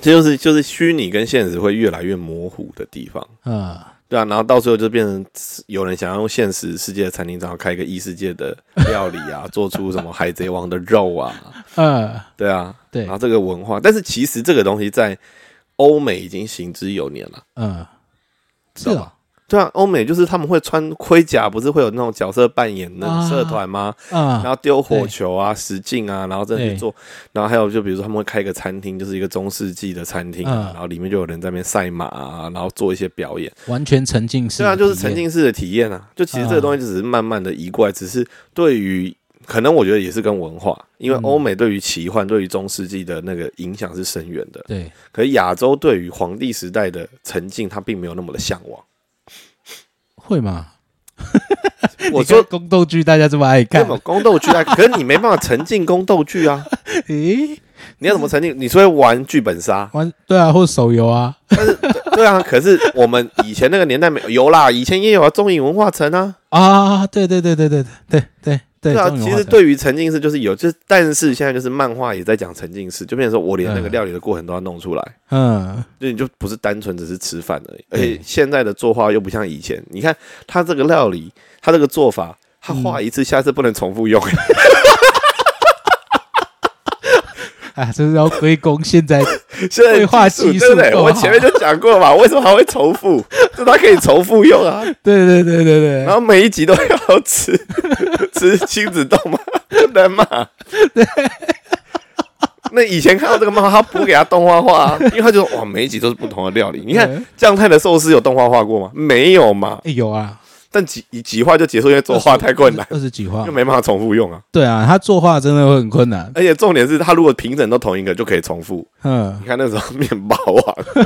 这就是就是虚拟跟现实会越来越模糊的地方，啊，对啊，然后到最后就变成有人想要用现实世界的餐厅，然后开一个异世界的料理 (laughs) 啊，做出什么海贼王的肉啊，呃，对啊， (laughs) 对然后，这个文化，但是其实这个东西在欧美已经行之有年了，嗯，知是道啊吧，对啊，欧美就是他们会穿盔甲，不是会有那种角色扮演的啊社团吗？然啊，后丢火球啊、实境啊，然后再去对做，然后还有就比如说他们会开一个餐厅，就是一个中世纪的餐厅啊，嗯然后里面就有人在那边赛马啊，然后做一些表演，完全沉浸式对的体验，啊，就是沉浸式的体验啊。就其实这个嗯东西只是慢慢的移过来，只是对于可能我觉得也是跟文化，因嗯为欧美对于奇幻、对于中世纪的那个影响是深远的，对，可是亚洲对于皇帝时代的沉浸，他并没有那么的向 (laughs) 往。会吗？我你看说宫斗剧大家这么爱根看，本宫斗剧 (laughs) 啊，可是你没办法沉浸宫斗剧啊，诶，你要怎么沉浸？你说玩剧本杀，玩对啊，或手游啊，对啊，可是我们以前那个年代没有有啦，以前也有啊，中影文化城啊，啊，对对对对对对对对啊，中原其话实讲对于沉浸式就是有，就是但是现在就是漫画也在讲沉浸式，就变成说我连那个嗯料理的过程都要弄出来，嗯就你就不是单纯只是吃饭而已，而对且现在的作画又不像以前，你看他这个料理，他这个做法，他画一次，下次不能重复用，嗯啊，这是要归功现 (laughs) 在 (laughs) 现在绘画技技术对术不对？够我好前面就讲过 (laughs) 嘛，为什么还会重复？ (laughs) 就它可以重复用啊，对对对对对然后每一集都要吃吃亲子冻嘛，不能嘛？那以前看到这个漫画，他不给他动画化、啊，因为他就说哇，每一集都是不同的料理。你看对酱太的寿司有动画化过吗？没有嘛。诶有啊，但几以几画就结束，因为作画太困难，二十几话就，没办法重复用啊。对啊，他作画真的会很困难，而且重点是他如果平整都同一个，就可以重复。嗯你，看那时候面包王、 (laughs)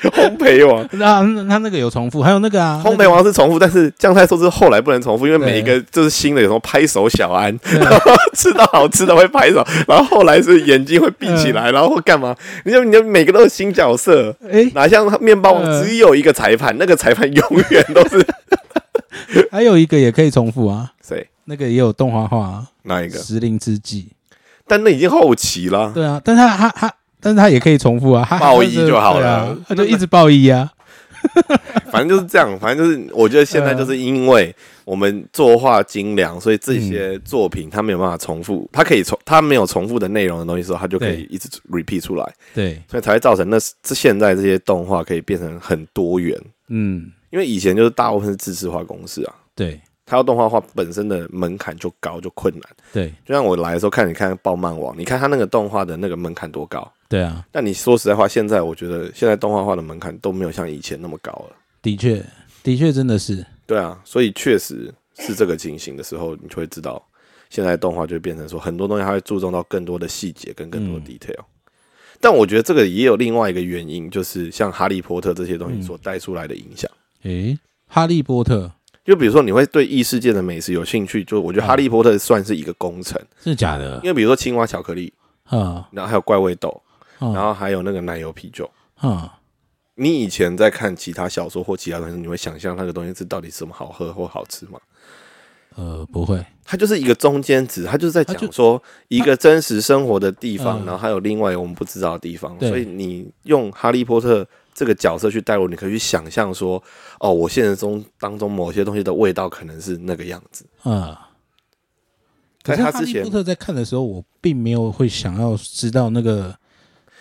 烘焙王，那那他那个有重复，还有那个啊，烘焙王是重复，但是酱菜寿司后来不能重复，因为每一对个就是新的，有什么拍手小安， (laughs) 然后吃到好吃的会拍手，然后后来是眼睛会闭嗯起来，然后会干嘛？你就你就每个都是新角色，哎，哪像面包王嗯只有一个裁判，那个裁判永远都 (laughs) 是还有一个也可以重复啊，谁那个也有动画化啊，哪一《个？石林之记但那已经后期了》，。对啊，但是他他他，但是他也可以重复啊，他报一就好了 (laughs) 对啊他就一直报一啊，反正就是这样，反正就是我觉得嗯现在就是因为我们作画精良，所以这嗯些作品它没有办法重复，它可以重它没有重复的内容的东西的时候，它就可以对一直 repeat 出来。对，所以才会造成那这现在这些动画可以变成很多元，嗯，因为以前就是大部分是自式化公式啊，对它要动画化本身的门槛就高就困难。对就像我来的时候看你看爆漫网，你看它那个动画的那个门槛多高，对啊，但你说实在话，现在我觉得现在动画化的门槛都没有像以前那么高了。的确的确真的是，对啊，所以确实是这个情形的时候，你就会知道，现在动画就变成说很多东西它会注重到更多的细节跟更多的 detail。但我觉得这个也有另外一个原因，就是像哈利波特这些东西所带出来的影响。诶，《哈利波特》就比如说，你会对异世界的美食有兴趣，就我觉得《哈利波特》算是一个工程，真的假的 (laughs) 因？为比如说青蛙巧克力，啊然后还有怪味豆，然啊后还有那个奶油啤酒。啊！你以前在看其他小说或其他东西，你会想象那个东西是到底是什么好喝或好吃吗？呃，不会，它就是一个中间值，它就是在它就讲说一个真实生活的地方，嗯然后还有另外我们不知道的地方，对所以你用哈利波特这个角色去带入，你可以去想象说，哦，我现实中当中某些东西的味道可能是那个样子。啊。可在是《他哈之利前波，特》在看的时候，我并没有会想要知道那个、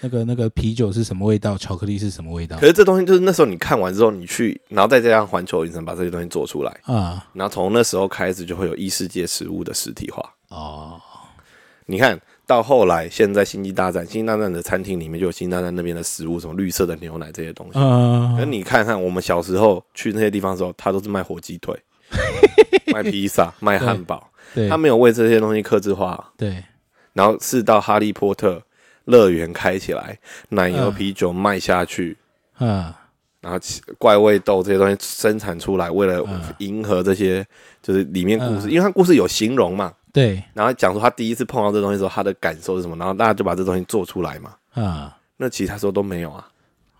那个、那个啤酒是什么味道，巧克力是什么味道可是这东西就是那时候你看完之后，你去，然后再加上环球影城把这些东西做出来，啊？然后从那时候开始就会有异世界食物的实体化。哦，你看到后来，现在星际大战，星际大战的餐厅里面就有星际大战那边的食物，什么绿色的牛奶这些东西。呃可，你看看，我们小时候去那些地方的时候，他都是卖火鸡 (laughs) 腿、卖披萨、卖汉堡，对他没有为这些东西克制化。对，然后是到哈利波特乐园开起来，奶油啤酒卖下去，啊，然后其怪味豆这些东西生产出来，为了嗯迎合这些就是里面故事，嗯因为它故事有形容嘛，对然后讲说他第一次碰到这东西的时候他的感受是什么，然后大家就把这东西做出来嘛。啊，那其他时候都没有啊。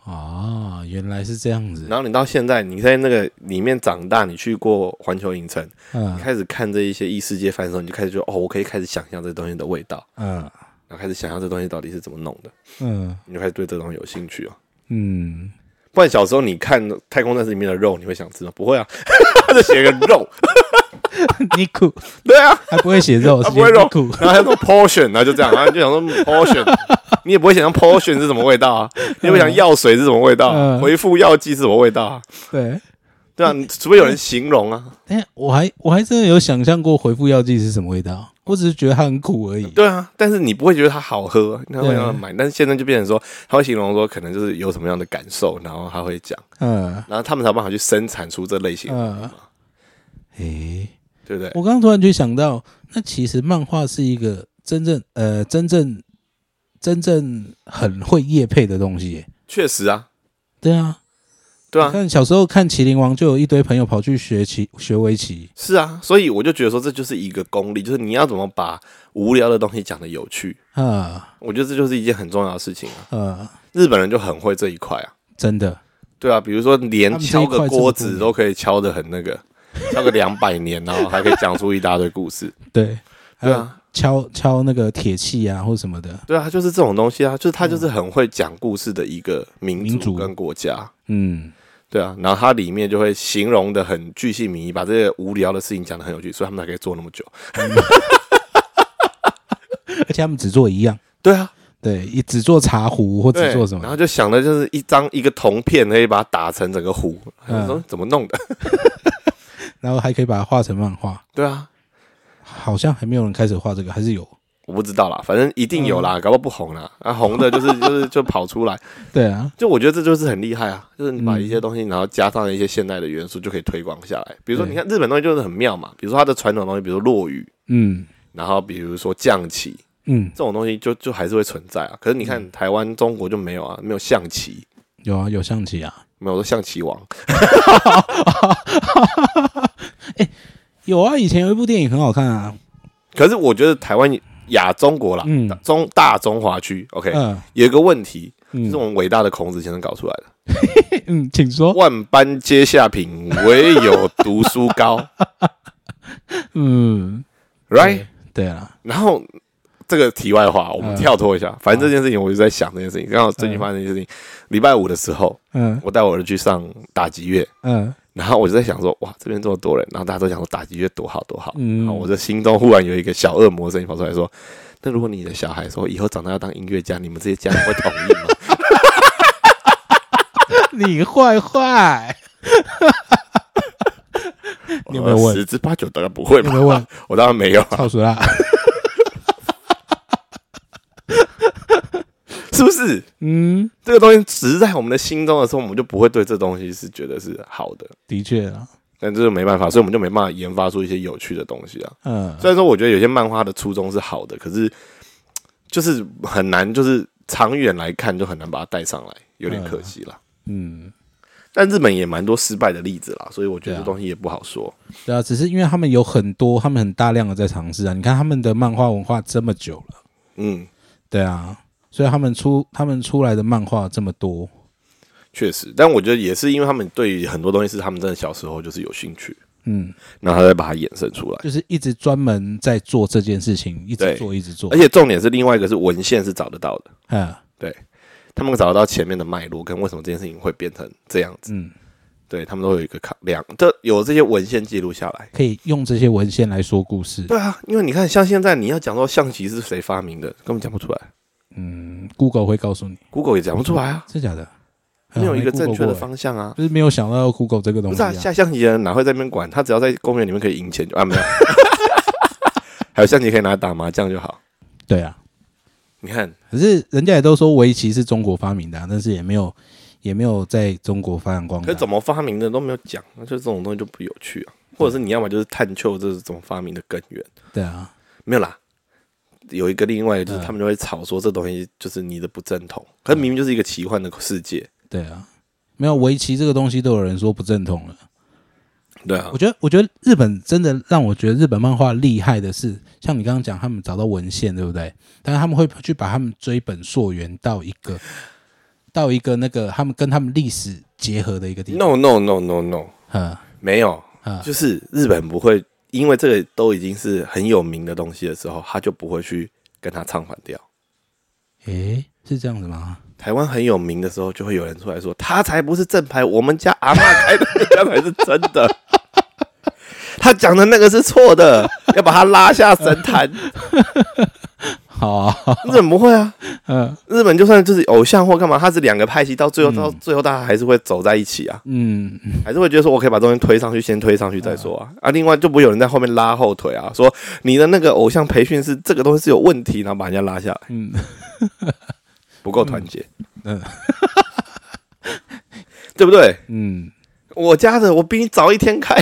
哦，原来是这样子，然后你到现在，你在那个里面长大，你去过环球影城，你嗯开始看这一些异世界番的时候，你就开始觉得哦，我可以开始想象这东西的味道，嗯然后开始想象这东西到底是怎么弄的，嗯你就开始对这东西有兴趣哦。 (laughs) 嗯，不然小时候你看《太空战士》里面的肉，你会想吃吗？不会啊， (laughs) 他就写个肉，你苦对啊，还不会写肉，他是不会肉你苦，，然后他说 portion，然后就这样，然后你就想说嗯 portion，你也不会想象 portion 是什么味道啊，你也不会想药水是什么味道啊，嗯回复药剂是什么味道啊，对。对啊，你除非有人形容啊，哎，我还我还真的有想象过回复药剂是什么味道，我只是觉得它很苦而已。对啊，但是你不会觉得它好喝，那会让人对买，但是现在就变成说，他会形容说可能就是有什么样的感受，然后他会讲。嗯然后他们才有办法去生产出这类型，嗯，诶，对不对？我刚刚突然就想到，那其实漫画是一个真正呃真正真正很会业配的东西耶。确实啊，对啊，对啊你，看小时候看《麒麟王》，就有一堆朋友跑去学棋学围棋。是啊，所以我就觉得说这就是一个功力，就是你要怎么把无聊的东西讲的有趣，啊我觉得这就是一件很重要的事情啊。啊，日本人就很会这一块啊，真的，对啊，比如说连他们这敲一个块锅这么子多都可以敲的很那个， (laughs) 敲个两百年，然后还可以讲出一大堆故事，对，还对有啊，敲敲那个铁器啊，或什么的，对啊，他就是这种东西啊，就是他就是很会讲故事的一个民嗯民族族跟国家，嗯，对啊，然后它里面就会形容的很具细迷，把这个无聊的事情讲的很有趣，所以他们才可以做那么久。而且他们只做一样，对啊，对，也只做茶壶或对只做什然么，后就想的就是一张一个铜片可以把它打成整个壶，嗯我说怎么弄的？ (laughs) 然后还可以把它画成漫画，对啊，好像还没有人开始画这个，还是有，我不知道啦，反正一定有嗯啦，搞不好不红啦，啊红的就是 (laughs) 就是就跑出来，对啊，就我觉得这就是很厉害啊，就是你把嗯一些东西然后加上一些现代的元素就可以推广下来。比如说对你看日本东西就是很妙嘛，比如说它的传统东西，比如说落雨，嗯然后比如说象棋嗯，这种东西就就还是会存在啊。可是你看台湾、中国就没有啊，没有象棋。有啊，有象棋啊，没有，我说象棋王，有啊，以前有一部电影很好看啊，可是我觉得台湾亚中国啦，嗯中大中华区，OK，、嗯有一个问题，嗯是我们伟大的孔子先生搞出来的。嗯，请说，万般皆下品，唯有读书 (laughs) 高嗯， ，right？对啊，然后这个题外话，我们嗯跳脱一下，反正这件事情我就在想这件事情。刚好最近发生这件事情，礼拜五的时候，嗯我带我儿子去上打击乐，嗯然后我就在想说，哇，这边这么多人，然后大家都想说打击乐多好多好，嗯然后我的心中忽然有一个小恶魔的声音跑出来说：“那如果你的小孩说以后长大要当音乐家，你们这些家长会同意吗？” (laughs) 你坏坏，你有没有我说问十之八九大概不会呃你吧有没？有问？我当然没 (laughs) 有啊， (laughs) 超熟啦，是不是？嗯，这个东西植在我们的心中的时候，我们就不会对这东西是觉得是好的。的确啊，但这就没办法，所以我们就没办法研发出一些有趣的东西啊。嗯虽然说我觉得有些漫画的初衷是好的，可是就是很难，就是长远来看就很难把它带上来，有点可惜啦。嗯，但日本也蛮多失败的例子啦，所以我觉得对啊这东西也不好说。对啊，只是因为他们有很多，他们很大量的在尝试啊，你看他们的漫画文化这么久了，嗯，对啊，所以他们出他们出来的漫画这么多，确实，但我觉得也是因为他们对于很多东西是他们真的小时候就是有兴趣，嗯，然后他再把它衍生出来。就是一直专门在做这件事情，一对哎直做一直做而，且重点是另外一个是文献是找得到的，嗯他们找得到前面的脉络跟为什么这件事情会变成这样子，嗯，对他们都会有一个考量，这有这些文献记录下来。可以用这些文献来说故事，对啊，因为你看，像现在你要讲说象棋是谁发明的，根本讲不出来嗯，Google 会告诉你， ，Google 也讲不出来啊，真假的，嗯没有一个正确的法，方向啊。就是没有想到要 Google 这个不东是西啊，啊，下象棋的人哪会在那边管？他只要在公园里面可以赢钱就啊，没有。 (laughs) 还有象棋可以拿来打麻将就好。对啊，你看，可是人家也都说围棋是中国发明的、啊，但是也没有也没有在中国发扬光可大是。怎么发明的都没有讲，那就这种东西就不有趣啊。或者是你要么就是探究这是怎么发明的根源，对啊，没有啦。有一个另外就是嗯他们就会吵说这东西就是你的不正统，可是明明就是一个奇幻的世界，对啊，没有围棋这个东西都有人说不正统了。对啊我，觉得，我觉得日本真的让我觉得日本漫画厉害的是，像你刚刚讲，他们找到文献，对不对？但是他们会去把他们追本溯源到一个到一个那个他们跟他们历史结合的一个地方。 No no no no no，嗯没有，嗯就是日本不会，因为这个都已经是很有名的东西的时候，他就不会去跟他唱反调。诶，是这样子吗？台湾很有名的时候，就会有人出来说他才不是正牌，我们家阿嬷开的那家才是真的。他讲的那个是错的，要把他拉下神坛。好、啊，日本不会啊，嗯日本就算就是偶像或干嘛，他是两个派系，到最后到最后大家还是会走在一起啊，嗯，还是会觉得说我可以把东西推上去，先推上去再说啊。啊，另外就不会有人在后面拉后腿啊，说你的那个偶像培训是这个东西是有问题，然后把人家拉下来，嗯，不够团结，嗯 (laughs) 对不对？嗯，我 (laughs) 家的我比你早一天开，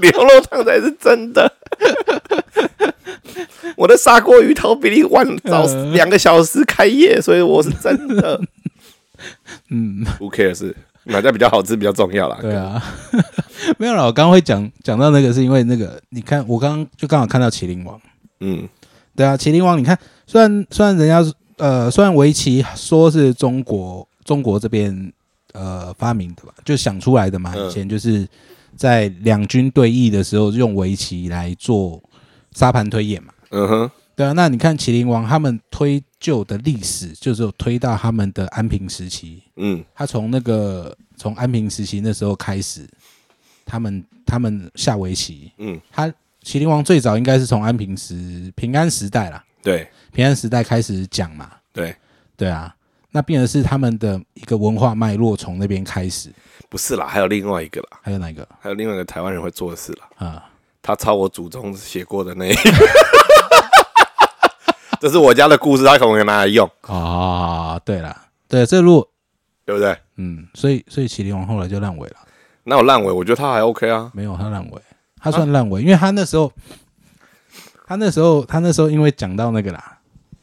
牛肉汤才是真的。我的砂锅鱼头比你晚早两个小时开业，所以我是真的。嗯，Who cares？哪家比较好吃比较重要啦。对啊，没有啦，我刚刚会讲讲到那个，是因为那个，你看我刚刚就刚好看到《麒麟王》，嗯，对啊，《麒麟王》，你看，虽然虽然人家呃，虽然围棋说是中国中国这边呃发明的吧，就想出来的嘛，嗯以前就是在两军对弈的时候用围棋来做沙盘推演嘛。嗯哼，对啊，那你看《麒麟王》他们推究的历史，就是有推到他们的安平时期，嗯他从那个从安平时期那时候开始，他们他们下围棋，嗯，他麒麟王最早应该是从安平时平安时代啦，对平安时代开始讲嘛，对，对啊，那变成是他们的一个文化脉络从那边开始，不是啦，还有另外一个啦，还有哪一个还有另外一个台湾人会做的事啦，啊？他抄我祖宗写过的那一个， (laughs) 这是我家的故事，他可能拿来用，哦，对啦，对，这路对不对？嗯，所以所以麒麟王后来就烂尾了，那我烂尾，我觉得他还 OK 啊，没有他烂尾，他算烂尾，因为他那时候他那时候他那时候因为讲到那个啦。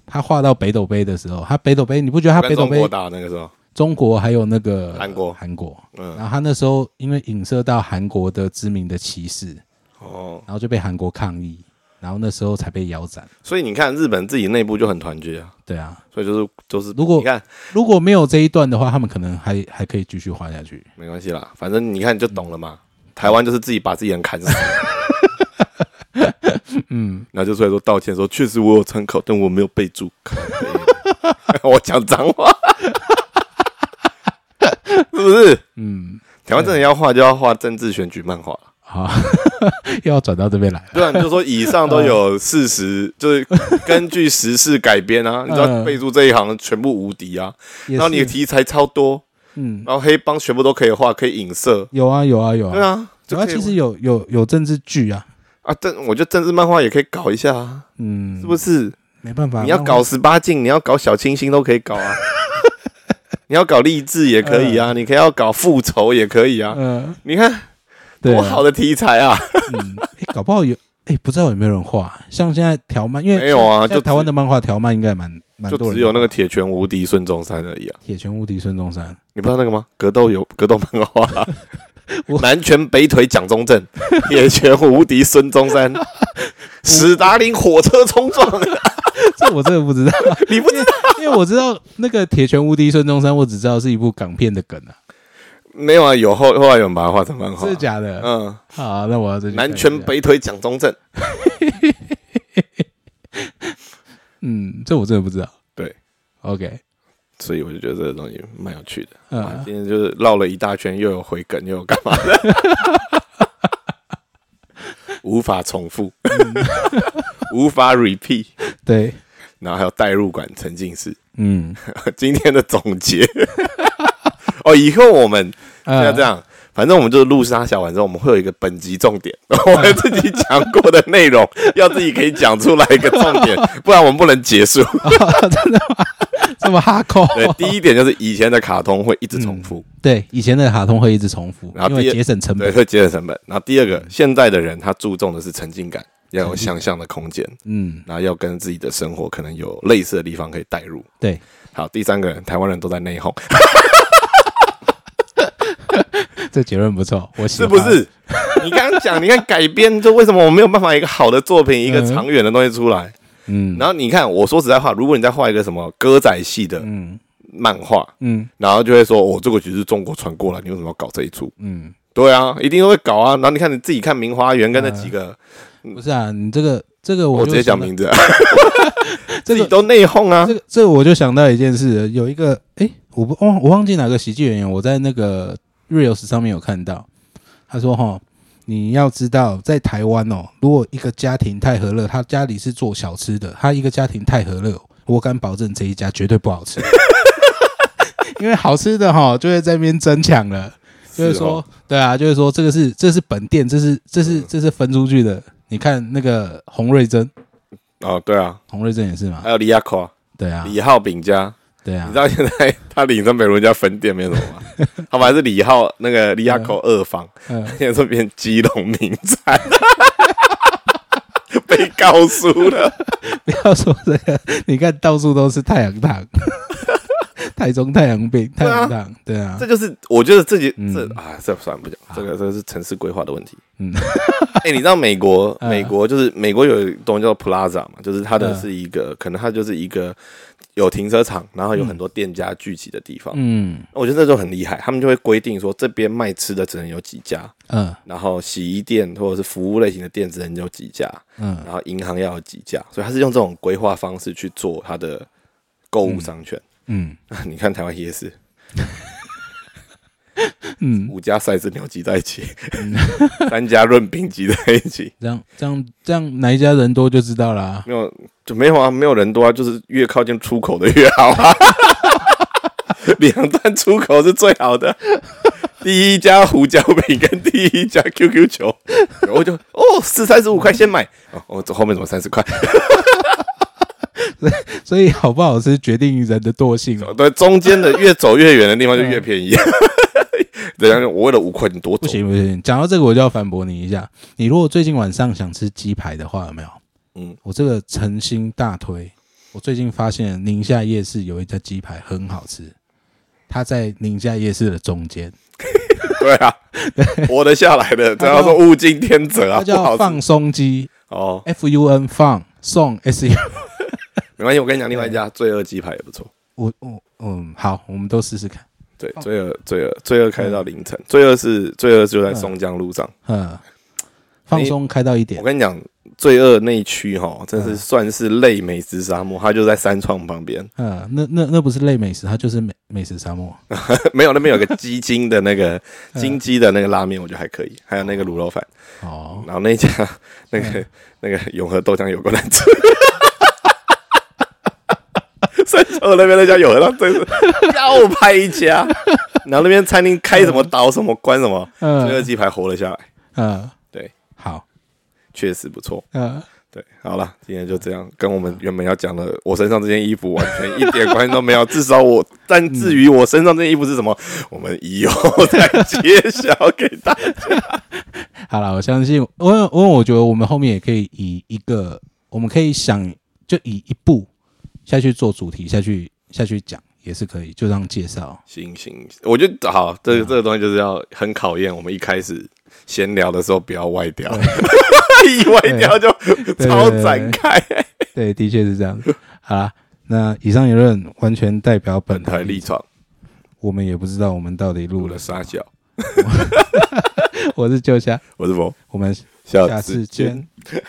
他画到北斗杯的时候，他北斗杯，你不觉得他跟北斗中杯国打那个时候，中国还有那个韩国韩国，然嗯，后他那时候因为影射到韩国的知名的歧视，哦，然后就被韩国抗议，然后那时候才被腰斩。所以你看日本自己内部就很团结啊，对啊，所以就是就是，如果你看如果没有这一段的话，他们可能还还可以继续画下去。没关系啦，反正你看就懂了嘛。台湾就是自己把自己人砍死， (laughs) 嗯，然后就出来说道歉，说确实我有参考，但我没有备注。 (laughs) 靠背我讲脏话， (laughs) 是不是？嗯，台湾真的要画就要画政治选举漫画，好， (laughs) 又要转到这边来了。对啊，你就说以上都有事实，就是根据时事改编 (laughs) 啊。你知道嗯备注这一行全部无敌啊，也然后你的是，题材超多，嗯，然后黑帮全部都可以画，可以影射，有啊有啊有对啊，啊，就主要可以其实有有有政治剧啊，啊，政我觉得政治漫画也可以搞一下啊，嗯，是不是？没办法，你要搞十八禁，你要搞小清新都可以搞 (laughs) 啊，你要搞励志也可以啊，你可以要搞复仇也可以啊。那我嗯，你看对多啊，好的题材啊！嗯，诶搞不好有。哎、不知道有没有人画？像现在条漫，因为没有啊现在就台湾的漫画条漫应该蛮蛮就多人只有那个画铁拳无敌孙中山而已啊。铁拳无敌孙中山， (laughs) 你不知道那个吗？格斗有格斗漫画、啊我南拳北腿蒋中正，铁拳无敌孙中 (laughs) 山，史达林火车冲撞，这我真的不知道，你不知道？因为我知道那个《铁拳无敌孙中山》，我只知道是一部港片的梗啊，没有啊，有后后来有人把它画成漫画真的，假的？啊嗯，好，那我要再去看一南下拳，北腿蒋中正，嗯，这我真的不知道。对，OK，所以我就觉得这个东西蛮有趣的。啊嗯，今天就是绕了一大圈，又有回梗，又有干嘛的，无法重复， (laughs) 无法 repeat，对，然后还有代入感、沉浸式。 (laughs) 嗯，今天的总结 (laughs) 哦，以后我们呃要这，样，反正我们就是录沙小完之后，我们会有一个本集重点，我们自己讲过的内容，要自己可以讲出来一个重点，不然我们不能结束。这么哈扣，对，第一点就是以前的卡通会一直重复， (laughs) 对，以前的卡通会一直重复然后，因第为二节省成对，本。会节省成本。然后第二个，现在的人他注重的是沉浸感，要有想象的空间，嗯，然后要跟自己的生活可能有类似的地方可以代入。对，好，第三个人，台湾人都在内讧，这结论不错，我喜是欢不？是？你刚刚讲，你看改编，就为什么我没有办法一个好的作品，一个长远的东西出来？嗯然后你看，我说实在话，如果你再画一个什么歌仔戏的嗯漫画，嗯然后就会说，哦，这个只是中国传过来，你为什么要搞这一出？嗯，对啊，一定会搞啊。然后你看你自己看《名花园》跟那几个，不是啊，你这个这个我就直接想讲到名字啊，这自 (laughs) 个己都内讧啊这。个这个我就想到一件事，有一个诶，我不忘我忘记哪个喜剧演员，我在那个 reels 上面有看到，他说哈，你要知道在台湾哦，如果一个家庭太和乐，他家里是做小吃的，他一个家庭太和乐，我敢保证这一家绝对不好吃，因为好吃的哈就会在那边争抢了，就是哦说，对啊，就是说这个是这是本店，这是这是嗯这是分出去的，你看那个洪瑞珍，哦，对啊，洪瑞珍也是嘛还，有李亚克、对啊，李浩饼家，对啊你知，道现在他领着美伦家分店没什么吗？ (laughs) 他们还是李浩那个李亚克二房，嗯。现在这边基隆名产， (laughs) 被告诉了。不要说这个，你看到处都是太阳糖， (laughs) 台中太阳饼、太对啊阳糖，对啊这，就是我觉得自己嗯这啊，这算了不讲，这个这个是城市规划的问题。嗯嗯， (laughs) 哎，你知道美国 (laughs) 嗯美国就是美国有东西叫 Plaza 嘛，就是它的嗯是一个可能它就是一个有停车场，然后有很多店家聚集的地方。嗯我觉得这就很厉害，他们就会规定说这边卖吃的只能有几家，嗯然后洗衣店或者是服务类型的店只能有几家，嗯然后银行要有几家，所以他是用这种规划方式去做他的购物商圈。嗯 (laughs) 你看台湾夜市，嗯，五家赛事牛挤在一起， (laughs) 三家润饼挤在一起，这样这样这样，哪一家人多就知道啦、没有就没有啊，没有人多啊，就是越靠近出口的越好啊。 (laughs) 两段出口是最好的，第一家胡椒饼跟第一家 QQ 球，然后就哦是三十五块先买，哦我、这后面怎么三十块？所以好不好吃决定于人的惰性哦。对，中间的越走越远的地方就越便宜。 (laughs) 人家我为了五块你多走啊不，行不行，讲到这个我就要反驳你一下。你如果最近晚上想吃鸡排的话，有没有？嗯，我这个诚心大推。我最近发现宁夏夜市有一家鸡排很好吃，它在宁夏夜市的中间，对啊，活得下来 (laughs) 的，这要说物竞天择啊，它不 (laughs) 好叫吃放松鸡哦。 F U N 放送 S U。没关系，我跟你讲，另外一家罪恶鸡排也不错。我我嗯，好，我们都试试看。对，罪恶罪恶罪恶开到凌晨，罪恶是罪恶就在松江路上。嗯，放松开到一点我。跟你讲，罪恶那一区哈，真是算是类美食沙漠，它就在三创旁边， (laughs) 嗯，那那那不是类美食，它就是美美食沙漠。没有那边有个鸡精的那个嗯金鸡的那个拉面，我觉得还可以，还有那个卤肉饭。哦，然后那一家那个那个永和豆浆有够难吃，三重那边那家永和豆浆真是要拍一家，然后那边餐厅开什么倒什么关什么，嗯这个鸡排活了下来，嗯，对，好，确实不错。嗯，对，好了，今天就这样，跟我们原本要讲的我身上这件衣服完全一点关系都没有。至少我，但至于我身上这件衣服是什么，我们以后再 (laughs) 揭晓给大家。好了，我相信，因为因为我觉得我们后面也可以以一个，我们可以想就以一步下去做主题下去下去讲也是可以，就这样介绍。行行，我觉得好，这个这个东西就是要很考验我们一开始闲聊的时候不要歪掉， (laughs) 一歪掉就超展开。 (laughs) 对，的确是这样。好啦，那以上言论完全代表本本台台立立场，场，我们也不知道我们到底录录了了啥。傻笑，我是旧虾，我是冯，我们下下次次见见。